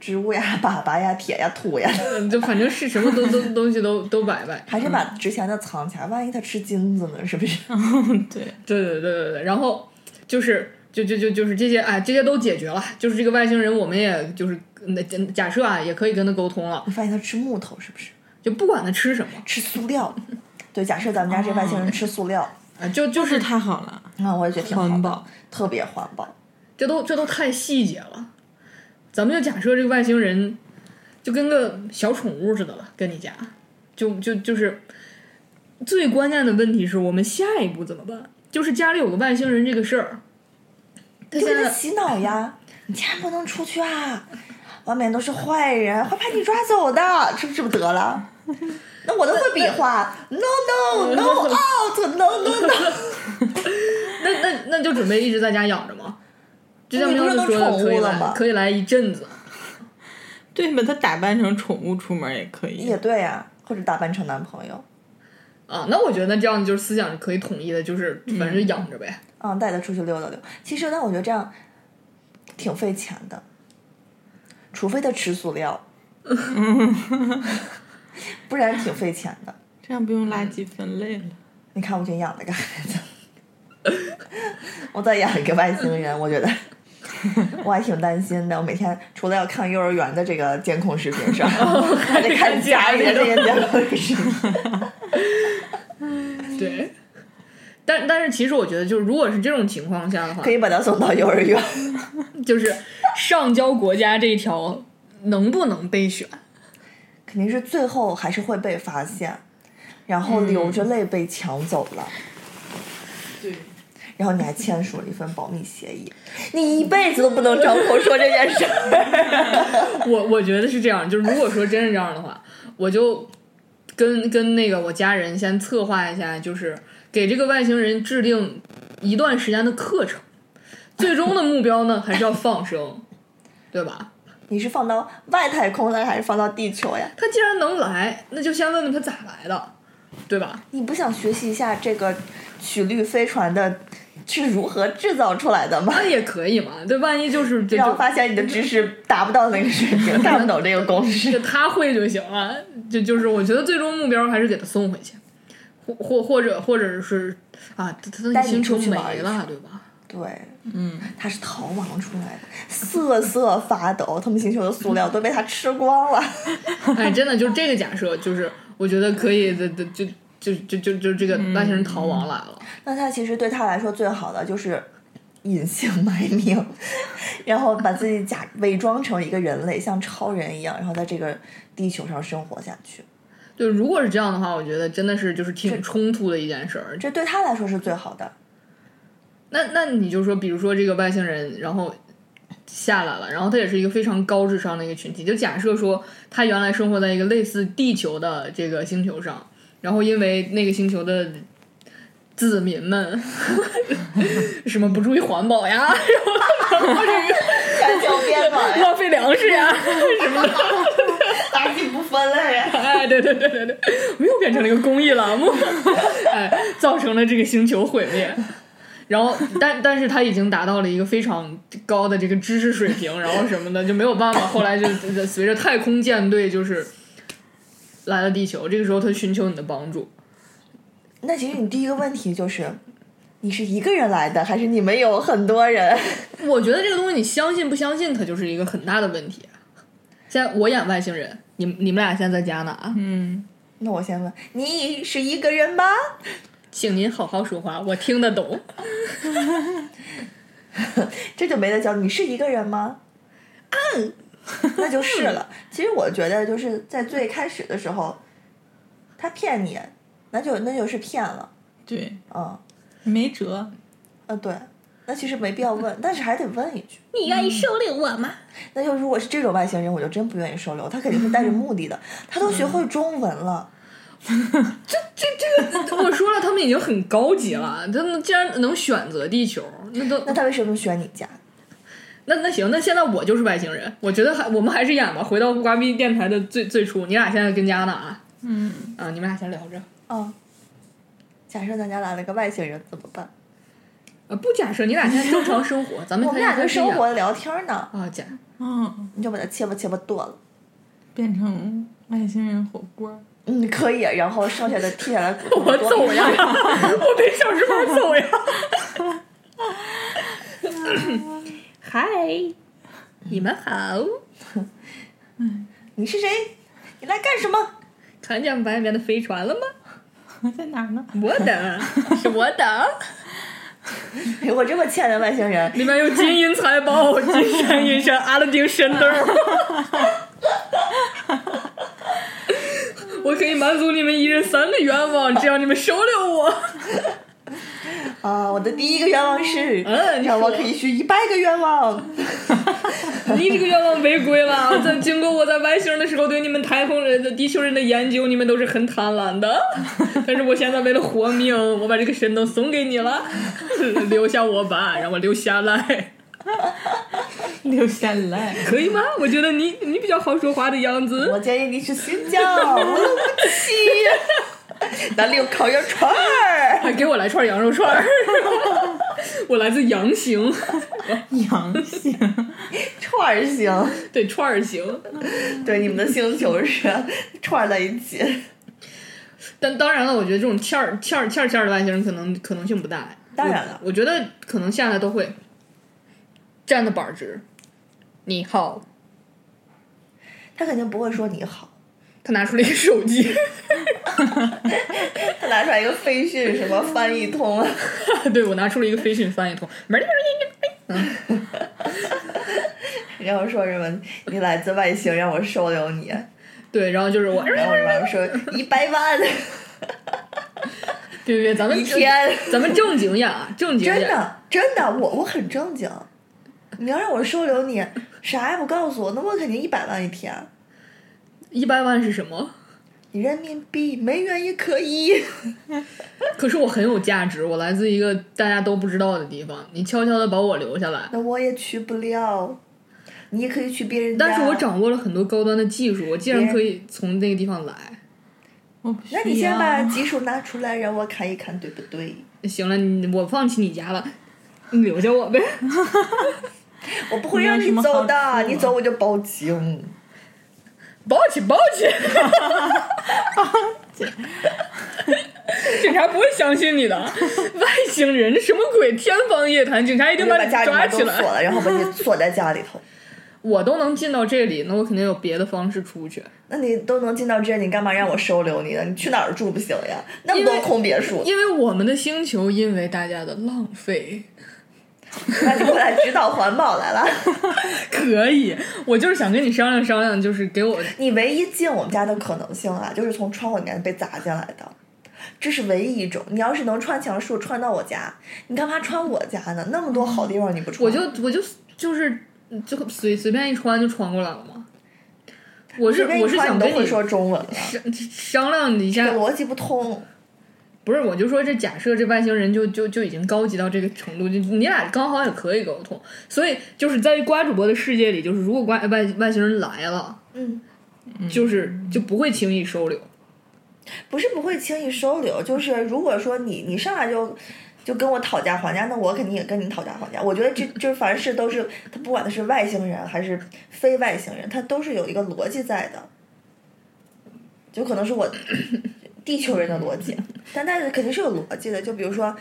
S2: 植物呀、粑粑呀、铁呀、土 呀，
S1: 嗯就反正是什么都都东西都都摆摆。
S2: 还是把
S3: 嗯
S2: 之前的藏起来，万一他吃金子呢？是不是？
S3: 对，
S1: 对对对对对，然后就是就就就就是这些哎，这些都解决了，就是这个外星人，我们也就是那假设啊，也可以跟他沟通了，
S2: 你发现他吃木头，是不是？
S1: 就不管他吃什么
S2: 吃塑料。 对，假设咱们家这外星人
S3: 哦
S2: 吃塑料，
S1: 啊，就就
S3: 就是是太好了，
S2: 啊，我也觉得挺好的
S3: 环保。
S2: 特别环保。
S1: 这都这都太细节了。咱们就假设这个外星人就跟个小宠物似的了，跟你家，就就就是最关键的问题是我们下一步怎么办？就是家里有个外星人这个事儿，他
S2: 就
S1: 现
S2: 给他
S1: 在
S2: 洗脑呀，你千万不能出去啊，外面都是坏人，会把你抓走的，这不这不得了？那我都会比划，no no no out no no no，
S1: 那那那就准备一直在家养着嘛。就像
S2: 那你
S1: 喵
S2: 不是
S1: 子
S2: 弄
S1: 说的，可
S2: 宠
S1: 以
S2: 物了
S1: 来
S2: 吗
S1: 可以来一阵子，
S3: 对吧？他打扮成宠物出门也可以
S2: 也。对呀、或者打扮成男朋友，
S1: 啊，那我觉得这样就是思想是可以统一的，就是反正就养着呗。
S2: 嗯，带他出去溜达溜。其实呢，我觉得这样挺费钱的，除非他吃塑料，不然挺费钱的。
S3: 这样不用垃圾分类了。
S2: 你看，我就养了个孩子， 我再养一个外星人，我觉得我还挺担心的。我每天除了要看幼儿园的这个监控视频上，还得哦看家里的这些监控视频。
S1: 对，但但是其实我觉得，就是如果是这种情况下的话，
S2: 可以把他送到幼儿园，
S1: 就是上交国家这一条能不能备选？
S2: 肯定是最后还是会被发现，然后流着泪被抢走了。
S6: 对，
S2: 然后你还签署了一份保密协议，你一辈子都不能张口说这件事 儿。
S1: 我我觉得是这样，就是如果说真是这样的话，我就跟跟那个我家人先策划一下，就是给这个外星人制定一段时间的课程，最终的目标呢还是要放生，对吧？
S2: 你是放到外太空呢，还是放到地球呀？
S1: 他既然能来，那就先问问他咋来的，对吧？
S2: 你不想学习一下这个曲率飞船的是如何制造出来的吗？
S1: 那也可以嘛，对，万一就是这
S2: 然后
S1: 就
S2: 发现你的知识达不到那个水平，看不懂这个公
S1: 就
S2: 式。
S1: 他会就行了。就就是我觉得最终目标还是给他送回去，或或或者或者是啊，他他
S2: 带
S1: 的
S2: 你
S1: 星球
S2: 出去
S1: 没
S2: 玩一
S1: 了
S2: 趟，
S1: 对吧？
S2: 对，嗯，他是逃亡出来的，瑟瑟发抖。他们星球的塑料都被他吃 光了。
S1: 哎，真的就是这个假设，就是我觉得可以的，的就就就就就这个外星人逃亡来了，
S2: 那他其实对他来说最好的就是隐姓埋名，然后把自己假伪装成一个人类，像超人一样，然后在这个地球上生活下去。
S1: 对，如果是这样的话，我觉得真的是就是挺冲突的一件事儿。
S2: 这对他来说是最 好的。
S1: 那那你就说，比如说这个外星人，然后下来了，然后他也是一个非常高智商的一个群体。就假设说他原来生活在一个类似地球的这个星球上，然后因为那个星球的子民们 什么不注意环保呀，
S2: 全球变暖呀，
S1: 浪费粮食呀，
S2: 垃圾不分类呀。
S1: 哎，对对对对对，我又变成了一个公益栏目， 哎，造成了这个星球毁灭。然后，但但是他已经达到了一个非常高的这个知识水平，然后什么的就没有办法。后来就就随着太空舰队就是来了地球，这个时候他寻求你的帮助。
S2: 那其实你第一个问题就是，你是一个人来的，还是你们有很多人？
S1: 我觉得这个东西你相信不相信，它就是一个很大的问题。现在我演外星人，你们你们俩现在在家呢啊，
S3: 嗯，
S2: 那我先问，你是一个人吗？
S1: 请您好好说话，我听得懂。
S2: 这就没得教。你是一个人吗？嗯，那就是了。其实我觉得就是在最开始的时候，他骗你，那就那就是骗了。
S6: 对，
S2: 嗯，
S6: 没辙。
S2: 呃，对，那其实没必要问，但是还得问一句。
S1: 你愿意收留我吗？
S2: 那就如果是这种外星人，我就真不愿意收留他，肯定是带着目的的。他都学会中文了，
S1: 我说了，他们已经很高级了，他们竟然能选择地球，那都
S2: 那他为什么选你家？
S1: 那那行，那现在我就是外星人，我觉得还我们还是演吧，回到瓜逼电台的最最初，你俩现在跟家呢啊？嗯啊，你们俩先聊着。
S2: 嗯，假设咱家来了个外星人怎么办？
S1: 呃，不假设你俩现在正常生活，咱们
S2: 我们俩
S1: 就
S2: 就生活聊天呢，
S1: 啊，假
S3: 哦，
S2: 你就把它切吧切吧剁了。
S3: 变成外星人火锅。
S2: 嗯，可以。然后剩下的 剔下来骨头
S1: 我
S2: 多
S1: 走呀， 我没想这么走呀。嗨，你们好，
S2: 你是谁？你来干什么？
S1: 看见外面的飞船了吗？
S3: 在哪儿呢？
S1: 我的，是我的。
S2: 我这么欠的外星人，
S1: 里面有金银财宝、金山银山、阿拉丁神灯。我可以满足你们一人三个愿望，只要你们收留我。
S2: 啊，我的第一个愿望是，
S1: 嗯你说
S2: 让我可以许一百个愿望。
S1: 你这个愿望违规了。在经过我在外星人的时候对你们太空人的地球人的研究，你们都是很贪婪的。但是我现在为了活命，我把这个神灯送给你了， 留下我吧，让我留下来，
S3: 留下来。
S1: 可以吗？我觉得你你比较好说话的样子。
S2: 我建议你去新疆， 乌鲁木 齐，哪里有烤羊串儿？
S1: 还给我来串羊肉串儿， 我来自羊行，
S3: 阳 性，
S2: 串儿行，
S1: 对串儿行。
S2: 对，你们的星球是串儿在一起。
S1: 但当然了，我觉得这种欠儿欠儿欠儿欠儿的外星人可能可能性不大。
S2: 当然了
S1: 我，我觉得可能下来都会站的板儿直。你好，
S2: 他肯定不会说你好，
S1: 他拿出了一个手机，
S2: 他拿出来一个飞讯什么翻译通啊。
S1: 对我拿出了一个飞讯翻译通，门儿
S2: 然后说什么你来自外星，让我收留你，
S1: 对，然后就是我，
S2: 然后然后说一百万
S1: 别别别，咱们
S2: 一天，
S1: 咱们正经演啊，正经演，
S2: 真的真的，我我很正经，你要让我收留你，啥也不告诉我，那我肯定一百万一天，
S1: 一百万是什么？
S2: 以人民币、美元也可以。
S1: 可是我很有价值，我来自一个大家都不知道的地方，你悄悄的把我留下来。
S2: 那我也去不了，你也可以去别人家。
S1: 但是我掌握了很多高端的技术，我竟然可以从那个地方来。
S6: 我不需
S2: 那
S6: 要。
S2: 你先把
S1: 啊
S2: 技术拿出来，让我看一看，对不对？
S1: 行了，你我放弃你家了，你留下我呗。
S2: 我不会让你走
S6: 没有什么好处
S2: 的，
S1: 啊
S2: 你走我就嗯报警。
S1: 报警报警！警察不会相信你的，外星人什么鬼？天方夜谭，警察一
S2: 我
S1: 定
S2: 就
S1: 把
S2: 把
S1: 你
S2: 家里
S1: 抓
S2: 门都
S1: 起
S2: 锁
S1: 来。
S2: 了，然后把 你锁在家里头。
S1: 我都能进到这里，那我肯定有别的方式出去。
S2: 那你都能进到这，你干嘛让我收留你呢？你去哪儿住不行呀？那么多
S1: 因为
S2: 空别墅，
S1: 因为我们的星球，因为大家的浪费，
S2: 那你过来指导环保来了。
S1: 可以。我就是想跟你商量商量，就是给我
S2: 你唯一进我们家的可能性啊，就是从窗户里面被砸进来的，这是唯一一种。你要是能穿墙术穿到我家，你干嘛穿我家呢？那么多好地方你不穿，
S1: 我就我就就是就随随便一穿就穿过来了嘛。我是
S2: 随便一
S1: 我是
S2: 穿
S1: 想
S2: 你都
S1: 跟
S2: 会
S1: 你
S2: 说中文了，
S1: 商商量一
S2: 这
S1: 下，
S2: 逻辑不通。
S1: 不是我就说这假设这外星人就就就已经高级到这个程度，就你俩刚好也可以沟通。所以就是在瓜主播的世界里，就是如果瓜外外星人来了，
S2: 嗯，
S1: 就是就不会轻易收留。
S2: 不是不会轻易收留，就是如果说你你上来就。就跟我讨价还价，那我肯定也跟你讨价还价。我觉得这就是凡事都是他，不管他是外星人还是非外星人，他都是有一个逻辑在的，就可能是我 地球人的逻辑，但但是肯定是有逻辑的。就比如说，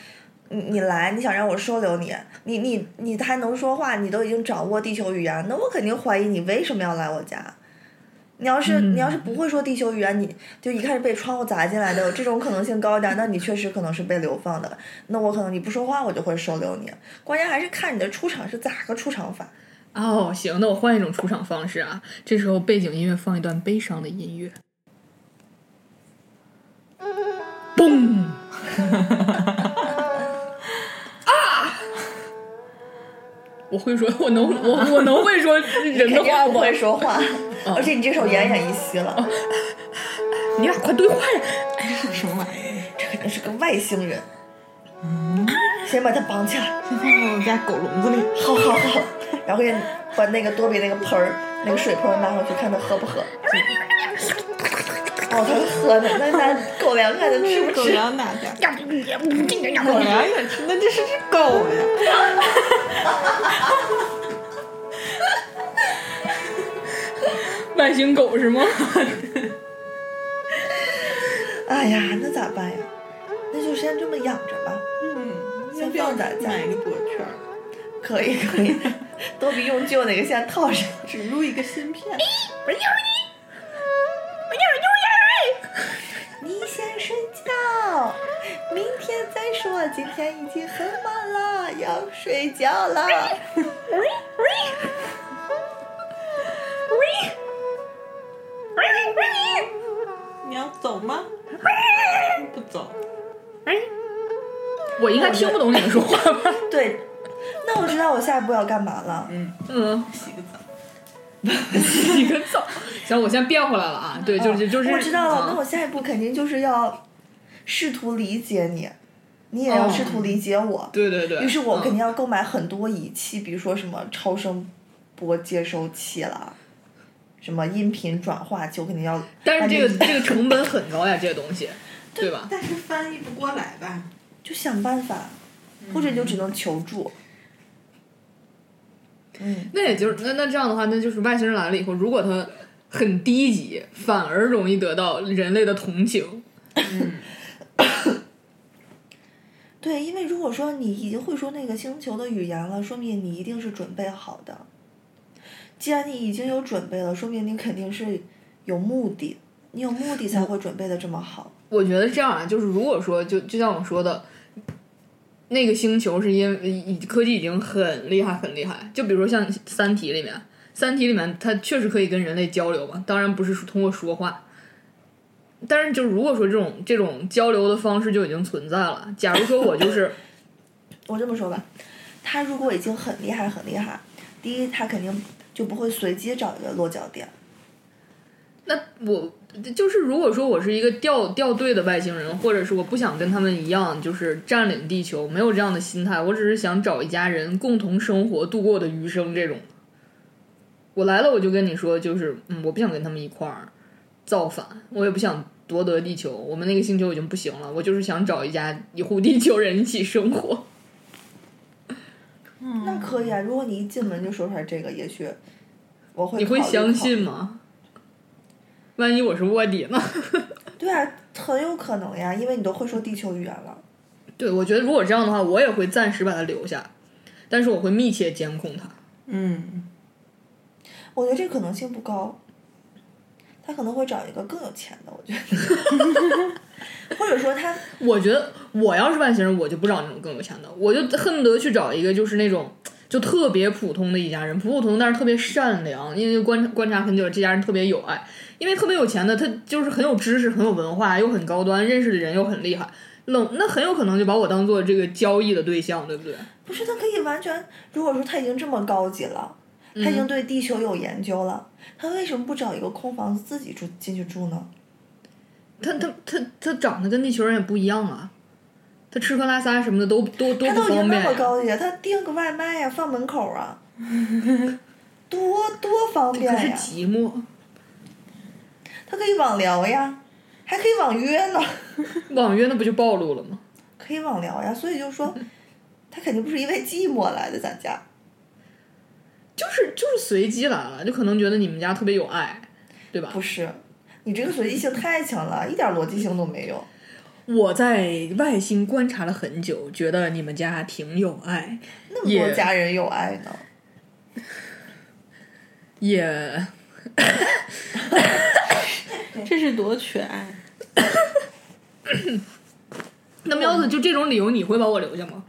S2: 你你来，你想让我收留你，你你你还能说话，你都已经掌握地球语言，那我肯定怀疑你为什么要来我家。你要是你要是不会说地球语言，你就一开始被窗户砸进来的，这种可能性高一点，那你确实可能是被流放的。那我可能你不说话，我就会收留你。关键还是看你的出场是咋个出场法。
S1: 哦，行，那我换一种出场方式啊。这时候背景音乐放一段悲伤的音乐，嘣！啊！啊我会说，我能，我我能会说人的
S2: 肯定
S1: 话
S2: 不
S1: 吗
S2: 会？说 话，而且你这手奄奄一息了，
S1: 你俩快对话呀！
S6: 什么玩意儿？
S2: 这肯定是个外星人。
S3: 嗯
S2: 先把他绑起来，
S3: 先放到哦我家狗笼子里。
S2: 好好好，然后给你把那个多比那个盆儿，那个水盆儿拿回去，看他喝不喝。哦，他喝呢，那那狗粮看他吃不
S3: 狗
S2: 吃？
S3: 粮哪 家？狗粮也吃，那这是只狗 呀！
S1: 外星狗是吗？
S2: 哎呀，那咋办呀？那就先这么养着吧，
S3: 嗯，
S2: 先放在家
S3: 买个脖圈儿，
S2: 可以可以。 多比用旧那个线套上，
S3: 植入一个芯片。
S2: 你先睡觉，明天再说。今天已经很晚了，要睡觉了。
S3: 你要走吗？不走。
S1: 我应该听不懂你们说话 吧？
S2: 对，那我知道我下一步要干嘛了。
S1: 嗯，
S3: 洗个澡。
S1: 洗个澡。行，我先变回来了啊。对，就是就是。
S2: 哦我知道了，那
S1: 嗯
S2: 我下一步肯定就是要试图理解你，你也要试图理解我。
S1: 对对对。
S2: 于是我
S1: 嗯
S2: 肯定要购买很多仪器，比如说什么超声波接收器啦，什么音频转化器，我肯定要。
S1: 但是 这个这个成本很高呀，这些东西，对吧？
S3: 但是翻译不过来吧？
S2: 就想办法，或者你就只能求助。嗯，
S1: 那也就是那那这样的话，那就是外星人来了以后，如果他很低级，反而容易得到人类的同情。
S2: 对，因为如果说你已经会说那个星球的语言了，说明你一定是准备好的。既然你已经有准备了，说明你肯定是有目的，你有目的才会准备的这么好。
S1: 我觉得这样啊，就是如果说就就像我说的，那个星球是因为已科技已经很厉害很厉害，就比如说像《三体》里面，《三体》里面它确实可以跟人类交流嘛，当然不是说通过说话。但是，就如果说这种这种交流的方式就已经存在了，假如说我就是，
S2: 我这么说吧，他如果已经很厉害很厉害，第一他肯定就不会随机找一个落脚点。
S1: 那我就是如果说我是一个掉掉队的外星人，或者是我不想跟他们一样，就是占领地球，没有这样的心态，我只是想找一家人共同生活，度过我的余生这种。我来了，我就跟你说，就是嗯，我不想跟他们一块儿造反，我也不想夺得地球，我们那个星球已经不行了，我就是想找一家一户地球人一起生活。
S3: 嗯
S2: 那可以啊，如果你一进门就说出来这个，也许我会
S1: 你会
S2: 考虑
S1: 相
S2: 考
S1: 信
S2: 虑？
S1: 吗？万一我是卧底呢？
S2: 对啊，很有可能呀，因为你都会说地球语言了。
S1: 对，我觉得如果这样的话，我也会暂时把他留下，但是我会密切监控他。
S3: 嗯，
S2: 我觉得这可能性不高，他可能会找一个更有钱的，我觉得， 或者说他
S1: 我觉得我要是外星人，我就不找那种更有钱的，我就恨不得去找一个就是那种就特别普通的一家人，普普通，但是特别善良，因为观观察很久，这家人特别有爱。因为特别有钱的，他就是很有知识、很有文化，又很高端，认识的人又很厉害，冷那很有可能就把我当做这个交易的对象，对不对？
S2: 不是他可以完全，如果说他已经这么高级了，他
S1: 嗯
S2: 已经对地球有研究了，他为什么不找一个空房子自己住进去住呢？
S1: 他他他他长得跟地球人也不一样啊，他吃喝拉撒什么的都都都
S2: 他
S1: 不
S2: 都已
S1: 方
S2: 经那
S1: 便
S2: 么
S1: 呀。
S2: 高级了，他订个外卖呀、放门口啊， 多多方便
S1: 可是
S2: 呀、
S1: 寂寞，
S2: 他可以网聊呀，还可以网约呢，
S1: 网约那不就暴露了吗？
S2: 可以网聊呀，所以就说他肯定不是因为寂寞来的，咱家。
S1: 就是就是随机来了，就可能觉得你们家特别有爱，对吧
S2: 不？是，你这个随机性太强了，一点逻辑性都没有。
S1: 我在外星观察了很久，觉得你们家挺有爱，
S2: 那么多
S1: 也
S2: 家人有爱呢，
S1: 也
S3: 这是多缺爱。
S1: 那喵子就这种理由，你会把我留下吗？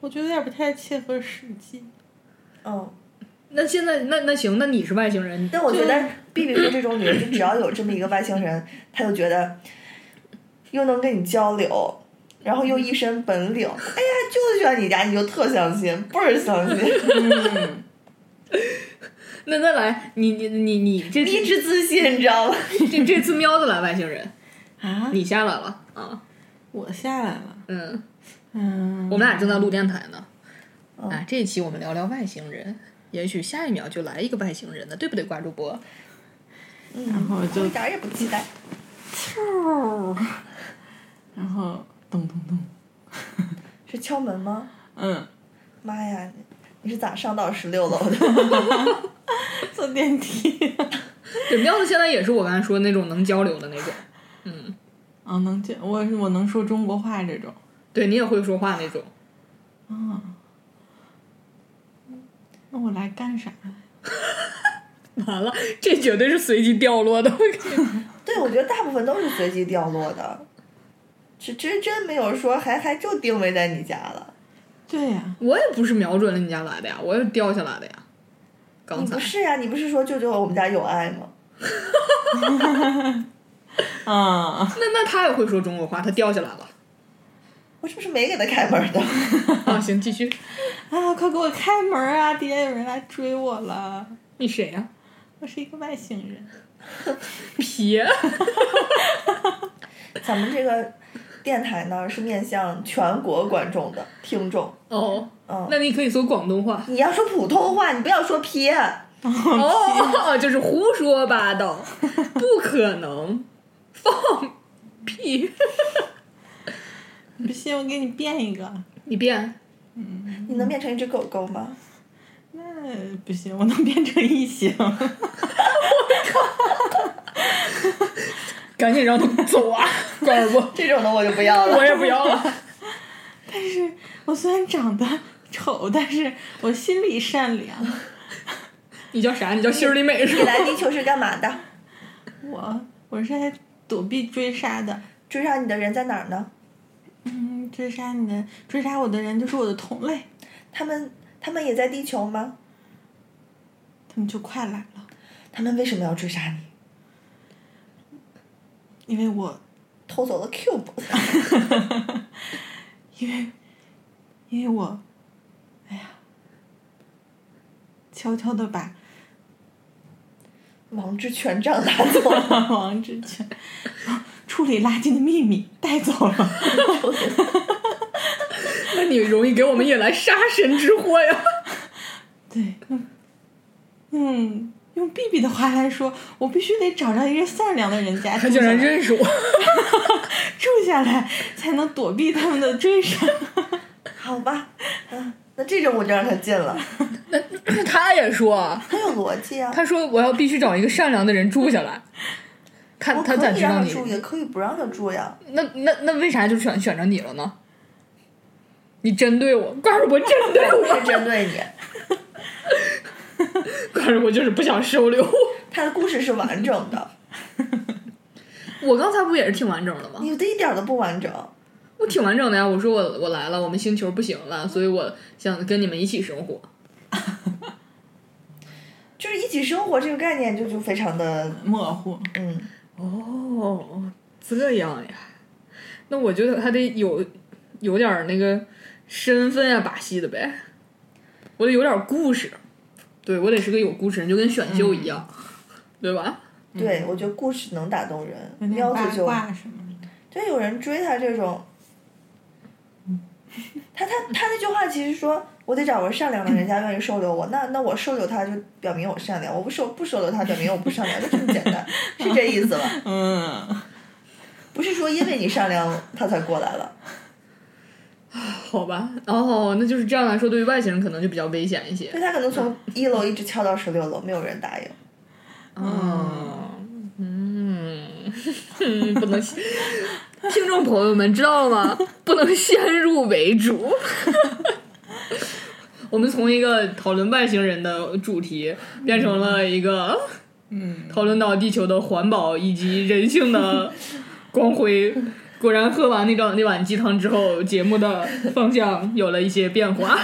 S3: 我觉得有点不太切合实际。
S2: 嗯，
S1: 那现在那那行，那你是外星人，
S2: 但我觉得 B B 说这种女人，就只要有这么一个外星人，她就觉得又能跟你交流，然后又一身本领，哎呀，就喜欢你家，你就特相信，倍儿相信，
S3: 嗯
S1: 那那来你你你你这
S2: 迷
S1: 这
S2: 之自信，你知道吗？
S1: 这这次喵子来外星人，
S3: 啊，
S1: 你下来了啊？
S3: 我下来了。
S1: 嗯，
S3: 嗯，
S1: 我们俩正在录电台呢。啊，这一期我们聊聊外星人，也许下一秒就来一个外星人呢，对不对，瓜主播？
S3: 然后就
S2: 一点儿也不期待。
S3: 然后咚咚咚，
S2: 是敲门吗？
S3: 嗯，
S2: 妈呀，你是咋上到十六楼的？
S3: 坐电梯。
S1: 对，喵子现在也是我刚才说的那种能交流的那种。
S3: 啊，能见我我能说中国话这种。哦
S1: 对你也会说话那种。
S3: 那我来干啥？
S1: 完了，这绝对是随机掉落的。
S2: 对，我觉得大部分都是随机掉落的，是真真没有说还还就定位在你家了。
S3: 对呀、
S1: 我也不是瞄准了你家来的呀，我也是掉下来的呀。刚
S2: 你
S1: 才
S2: 不是呀、你不是说舅舅我们家有爱吗？
S3: 啊，
S1: 那那他也会说中国话，他掉下来了。
S2: 我是不是没给他开门的？
S1: 啊，行，继续。
S3: 啊，快给我开门啊！底下有人来追我了，
S1: 你谁呀、
S3: 我是一个外星人。
S1: 皮。
S2: 咱们这个电台呢是面向全国观众的听众。
S1: 哦，
S2: 嗯
S1: 那你可以说广东话。
S2: 你要说普通话，你不要说撇。
S1: 哦，就是胡说八道，不可能，放屁！
S3: 不信我给你变一个？
S1: 你变，
S2: 你能变成一只狗狗吗？
S3: 那不行，我能变成异形。
S1: 赶紧让他走啊， 瓜主播，
S2: 这种的我就不要了。
S1: 我也不要了。
S3: 但是我虽然长得丑，但是我心里善良。
S1: 你叫啥？你叫心里美是
S2: 你
S1: 吧？
S2: 来地球是干嘛的？
S3: 我我是来躲避追杀的。
S2: 追上你的人在哪儿呢？
S3: 嗯，追杀你的，追杀我的人就是我的同类，
S2: 他们他们也在地球吗？
S3: 他们就快来了，
S2: 他们为什么要追杀你？
S3: 因为我
S2: 偷走了 Cube。
S3: 因为，因为我， 哎呀，悄悄的把
S2: 王之权杖拿走了，
S3: 王之权， 处理垃圾的秘密带走了。
S1: 那你容易给我们引来杀身之祸呀！
S3: 对，用用用 B B 的话来说，我必须得找着一个善良的 人家，
S1: 他
S3: 住
S1: 竟
S3: 下
S1: 然
S3: 来，
S1: 认识我，
S3: 住下来才能躲避他们的追杀。
S2: 好吧，嗯，那这种我就让他进了，
S1: 他也说，
S2: 很有逻辑啊。
S1: 他说我要必须找一个善良的人住下来。他
S2: 我
S1: 他
S2: 可
S1: 咋
S2: 以
S1: 知
S2: 让
S1: 道
S2: 他住，也
S1: 你？
S2: 可以不让他住呀。
S1: 那那那为啥就选选着你了呢？你针对我，怪我针对
S2: 不
S1: 我，
S2: 是针对你，
S1: 怪我就是不想收留。
S2: 他的故事是完整的，
S1: 我刚才不也是挺完整的吗？
S2: 你的一点儿都不完整。
S1: 我挺完整的呀，我说我我来了，我们星球不行了，所以我想跟你们一起生活。
S2: 就是一起生活这个概念就就非常的，
S6: 模糊，
S2: 嗯，
S1: 哦，这样呀，那我觉得还得有有点儿那个身份啊把戏的呗，我得有点儿故事，对我得是个有故事人，就跟选秀一样，对吧？
S2: 对，我觉得故事能打动人，
S3: 有点
S2: 喵
S3: 八
S2: 子就
S3: 卦什么的，
S2: 对有人追他这种，他他他那句话其实说我得找个善良的人家愿意收留我，那那我收留他就表明我善良，我不收不收留他表明我不善良，就这么简单，是这意思吧？
S6: 嗯，
S2: 不是说因为你善良他才过来了，
S1: 好吧，哦，那就是这样来说，对于外星人可能就比较危险一些
S2: 就。他可能从一楼一直敲到十六楼，没有人答应。
S1: 哦，嗯，哼不能陷，听众朋友们知道了吗？不能先入为主。 我们从一个讨论外星人的主题，变成了一个
S6: 嗯
S1: 讨论到地球的环保以及人性的光辉。果然，喝完那张那碗鸡汤之后，节目的方向有了一些变化。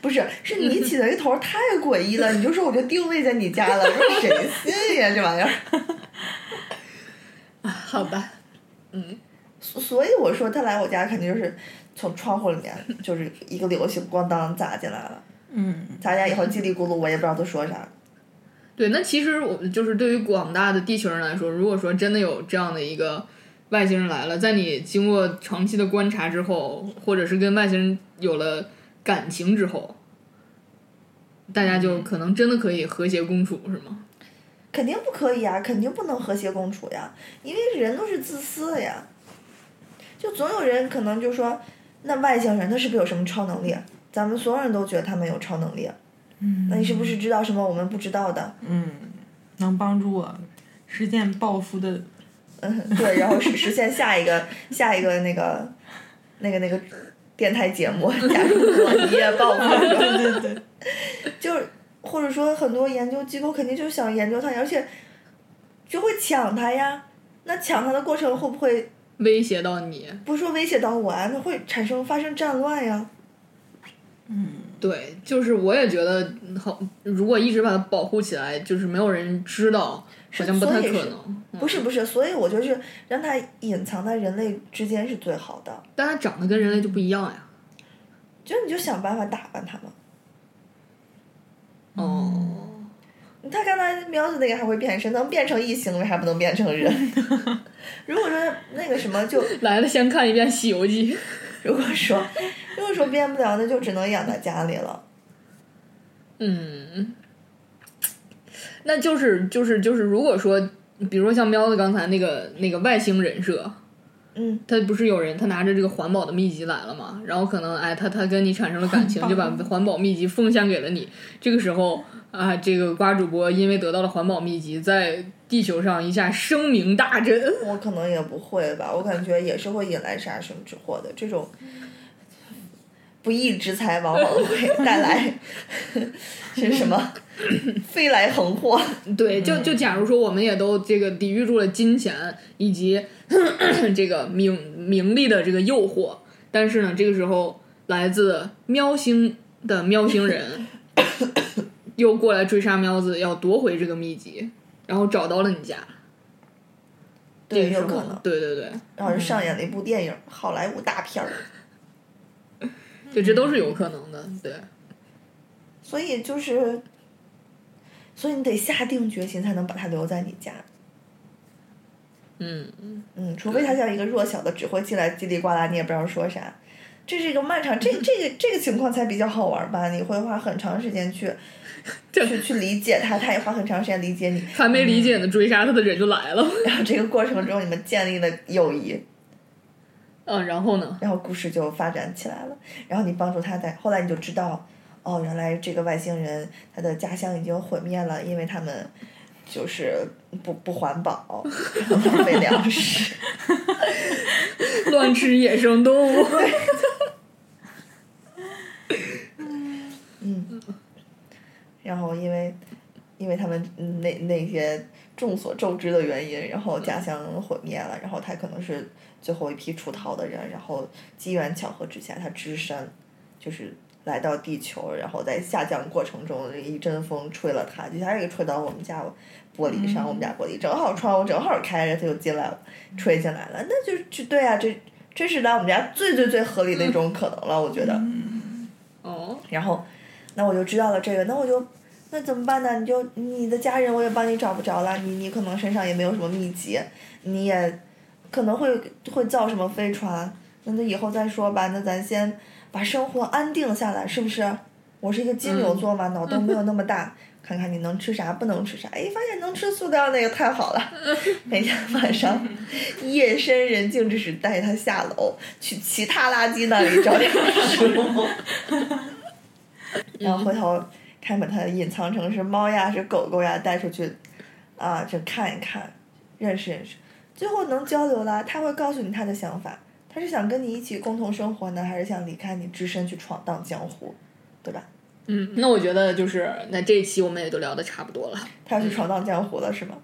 S2: 不是，是你起的这头儿太诡异了，你就说我就定位在你家了，这谁信呀这玩意儿？
S1: 好吧，
S2: 所所以我说他来我家肯定就是从窗户里面就是一个流星咣当砸进来了，
S3: 嗯，
S2: 砸进来以后叽里咕噜，我也不知道他说啥。
S1: 对，那其实我们就是对于广大的地球人来说，如果说真的有这样的一个外星人来了，在你经过长期的观察之后，或者是跟外星人有了感情之后，大家
S2: 嗯
S1: 就可能真的可以和谐共处，是吗？
S2: 肯定不可以啊，肯定不能和谐共处呀，因为人都是自私的呀。就总有人可能就说，那外星人他是不是有什么超能力？啊咱们所有人都觉得他们有超能力，啊那你是不是知道什么我们不知道的？
S6: 嗯，
S3: 能帮助我实现抱 负的
S2: 嗯，对，然后实实现下一个下一个那个那个那个电台节目， 假如我一夜暴富，对对对，就是或者说很多研究机构肯定就想研究它，而且就会抢它呀。那抢它的过程会不会
S1: 威胁到你，
S2: 不是说威胁到我啊？那会产生发生战乱呀？
S1: 对，就是我也觉得好，如果一直把它保护起来，就是没有人知道，好像不太
S2: 所以
S1: 可
S2: 是
S1: 能。
S2: 不是不是，所以我就是让它隐藏在人类之间是最好的，
S1: 但它长得跟人类就不一样呀。
S2: 就你就想办法打扮它嘛。嗯
S1: 哦，
S2: 他刚才喵子那个还会变身，能变成异形，为啥不能变成人？ 如果说那个什么就，
S1: 来了，先看一遍《西游记》。
S2: 如果说如果说变不了，那就只能养在家里了。
S1: 嗯，那就是就是就是，如果说，比如说像喵子刚才那个那个外星人设，
S2: 嗯，
S1: 他不是有人他拿着这个环保的秘籍来了嘛？然后可能哎，他他跟你产生了感情，就把环保秘籍奉献给了你。这个时候啊，这个瓜主播因为得到了环保秘籍，在地球上一下声名大振。
S2: 我可能也不会吧，我感觉也是会引来杀身之祸的。这种不义之财往往会 带来是什 么飞来横祸。
S1: 对，
S2: 嗯
S1: 就就假如说我们也都这个抵御住了金钱以及 这个名名利的这个诱惑，但是呢，这个时候来自喵星的喵星 人又过来追杀喵子，要夺回这个秘籍，然后找到了你家，
S2: 对，
S1: 这个
S2: 有
S1: 时
S2: 可
S1: 候
S2: 能。嗯
S1: 对对对，
S2: 然后就上演了一部电影，好莱坞大片儿。
S1: 就这都是有可能的，对。
S2: 所以就是所以你得下定决心才能把它留在你家。
S1: 嗯，
S2: 嗯，除非他像一个弱小的只会进来叽里呱啦，你也不知道说啥。这是一个漫长，这这个这个情况才比较好玩吧？你会花很长时间去，去去理解他，他也花很长时间理解你。
S1: 还没理解呢，追杀他的人就来了。
S2: 然后这个过程中，你们建立了友谊，
S1: 嗯，然后呢？
S2: 然后故事就发展起来了。然后你帮助他在，后来你就知道，哦，原来这个外星人他的家乡已经毁灭了，因为他们就是不不环保，然后浪费粮食。
S1: 乱吃野生动物。
S2: 然后因为因为他们嗯那那些众所周知的原因，然后家乡毁灭了，然后他可能是最后一批出逃的人，然后机缘巧合之下，他只身就是来到地球，然后在下降过程中一阵风吹了他，就像一个吹到我们家玻璃上，我们家玻璃正好窗户正好开着，他就进来了，吹进来了，那就就对啊，这这是来我们家最最最合理的一种可能了，我觉得。
S1: 哦，
S2: 然后，那我就知道了这个，那我就那怎么办呢？你就你的家人我也帮你找不着了，你你可能身上也没有什么秘籍，你也可能会会造什么飞船，那就以后再说吧。那咱先把生活安定下来，是不是？我是一个金牛座嘛，脑洞没有那么大， 看看你能吃啥，不能吃啥。哎，发现能吃塑料那个太好了， 每天晚上夜深人静之时带他下楼，去其他垃圾那里找点食物。然后回头看把它隐藏成是猫呀、是狗狗呀带出去，啊，就看一看，认识认识，最后能交流啦。他会告诉你他的想法，他是想跟你一起共同生活呢，还是想离开你，只身去闯荡江湖，对吧？
S1: 嗯，那我觉得就是那这一期我们也就聊的差不多了。
S2: 他要去闯荡江湖了，是吗？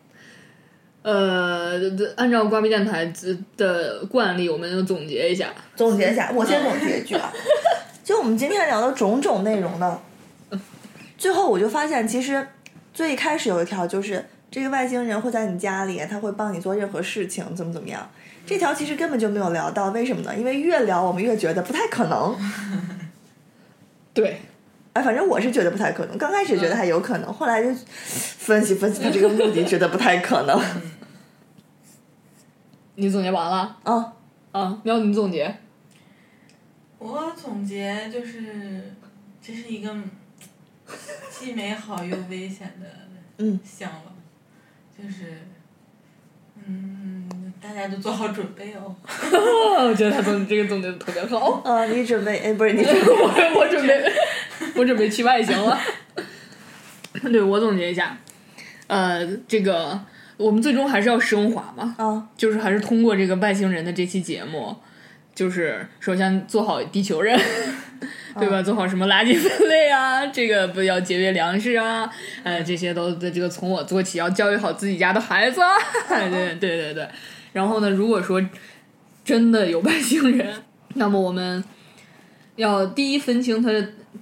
S1: 呃，按照瓜逼电台的惯例，我们就总结一下。
S2: 总结一下，我先总结一句啊，就我们今天聊的种种内容呢，最后我就发现，其实最一开始有一条就是这个外星人会在你家里，他会帮你做任何事情，怎么怎么样。这条其实根本就没有聊到，为什么呢？因为越聊我们越觉得不太可能。
S1: 对，
S2: 哎，反正我是觉得不太可能。刚开始觉得还有可能，后来就分析分析他这个目的，觉得不太可能。
S1: 你总结完了
S2: 啊，
S1: 啊？喵，你总结。
S6: 我总结就是，这是一个既美好又危险的
S2: 嗯
S6: 向往，就是，嗯，大家就做好准备哦。
S1: 哦，我觉得他总这个总结的特别好。
S2: 啊，你准备？哎，不是你准备？
S1: 我我准备，我准备去外形了。对，我总结一下，呃，这个我们最终还是要升华嘛，
S2: 啊，
S1: 就是还是通过这个外星人的这期节目，就是首先做好地球人，对吧？做好什么垃圾分类啊，这个不要节约粮食啊，呃，这些都这个从我做起，要教育好自己家的孩子啊， 对对对对。然后呢，如果说真的有外星人， 那么我们要第一分清他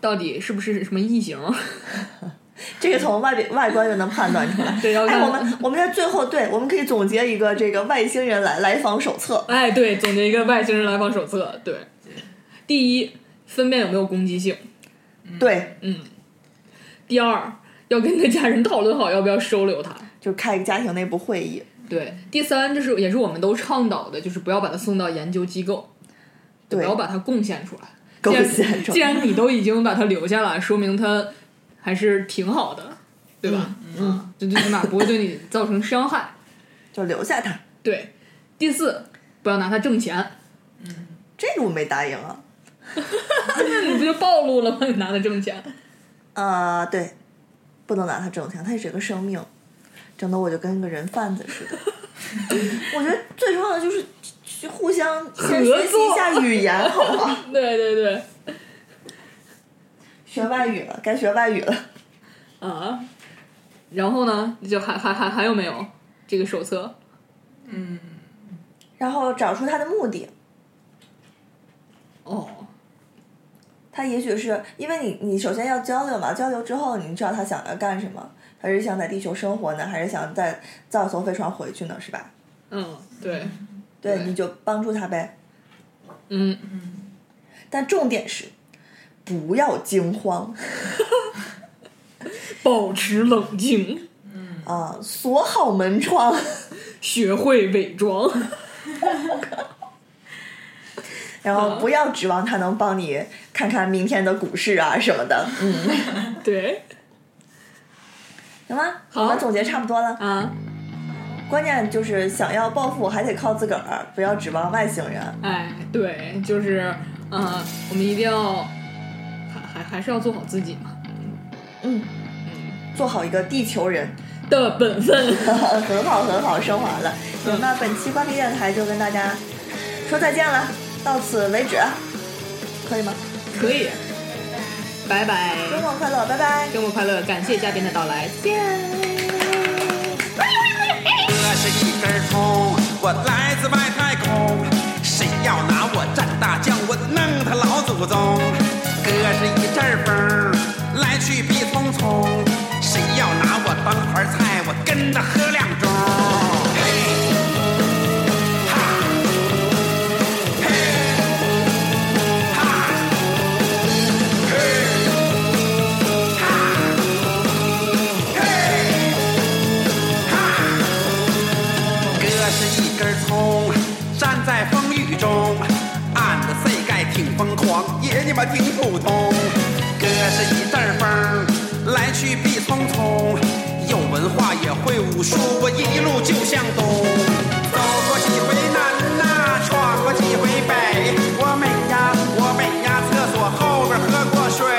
S1: 到底是不是什么异形，
S2: 这个从外表外观就能判断出来。
S1: 对，要
S2: 哎，
S1: 看
S2: 我们我们在最后对，我们可以总结一个这个外星人来来访手册。
S1: 哎，对，总结一个外星人来访手册。对，第一，分辨有没有攻击性；
S2: 对，
S1: 第二，要跟他家人讨论好要不要收留他；
S2: 就开一个家庭内部会议。
S1: 对，第三，就是也是我们都倡导的，就是不要把他送到研究机构，就
S2: 对
S1: 不要把他贡献出来。
S2: 贡
S1: 既然
S2: 献出
S1: 既然你都已经把他留下了，说明他还是挺好的，对吧？嗯，就最起码不会对你造成伤害。
S2: 就留下他。
S1: 对，第四，不要拿他挣钱，
S2: 这个我没答应啊。
S1: 那你不就暴露了吗？你拿他挣钱，
S2: 呃，对，不能拿他挣钱，他也是个生命，整的我就跟个人贩子似的。我觉得最重要的就是去互相先学习一下语言，好不好？
S1: 对对对，
S2: 学外语了，该学外语了。
S1: 啊，然后呢，就还还还还有没有这个手册？
S6: 嗯，
S2: 然后找出他的目的，
S1: 哦，
S2: 他也许是因为你，你首先要交流嘛，交流之后你知道他想要干什么，他是想在地球生活呢，还是想再造一艘飞船回去呢，是吧？
S1: 嗯，对，
S2: 对，
S1: 对
S2: 你就帮助他呗。
S1: 嗯，
S2: 但重点是，不要惊慌，
S1: 保持冷静，
S2: 啊，锁好门窗。
S1: 学会伪装。
S2: 然后不要指望他能帮你看看明天的股市啊什么的，嗯，
S1: 对
S2: 行吗？
S1: 好
S2: 我们总结差不多了，
S1: 啊，
S2: 关键就是想要暴富还得靠自个儿，不要指望外星人。
S1: 哎，对，就是，呃，我们一定要，还还还是要做好自己嘛
S2: 嗯，做好一个地球人，
S1: 的本分。
S2: 很好很好，升华了。行，那本期瓜皮电台就跟大家说再见了，到此为止，可以吗？
S1: 可以，拜拜，
S2: 周末快乐，拜拜。
S1: 周末快乐！感谢嘉宾的到来，
S7: 我是一根葱，我来自外太空，谁要拿我蘸大酱，我弄他老祖宗。哥是一阵风，来去必匆匆，谁要拿我当盘菜，我跟他喝两盅。嘿，哈，嘿，哈，嘿，哈，嘿，哈。哥是一根葱，站在风雨中，按着 C 盖挺疯狂，也你妈挺普通。哥是一阵风，来去必匆匆，有文化也会武术，我一路就向东。走过几回南呐、闯过几回北，我美呀，我美呀，厕所后边喝过水。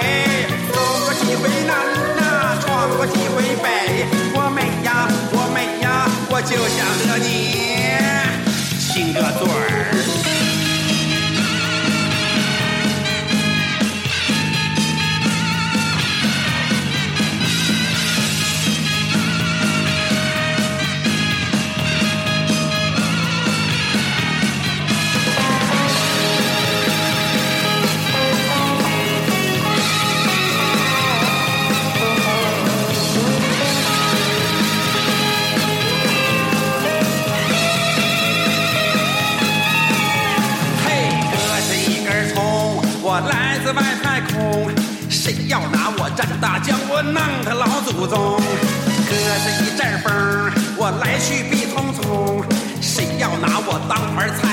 S7: 走过几回南呐，闯过几回北，我美呀，我美呀，我就想和你亲个嘴儿。嘿，哥是一根葱，我来自外太空，谁要拿我蘸大酱，我弄他老祖宗。哥是一阵风，我来去必匆匆，谁要拿我当盘菜，哎哎啊哎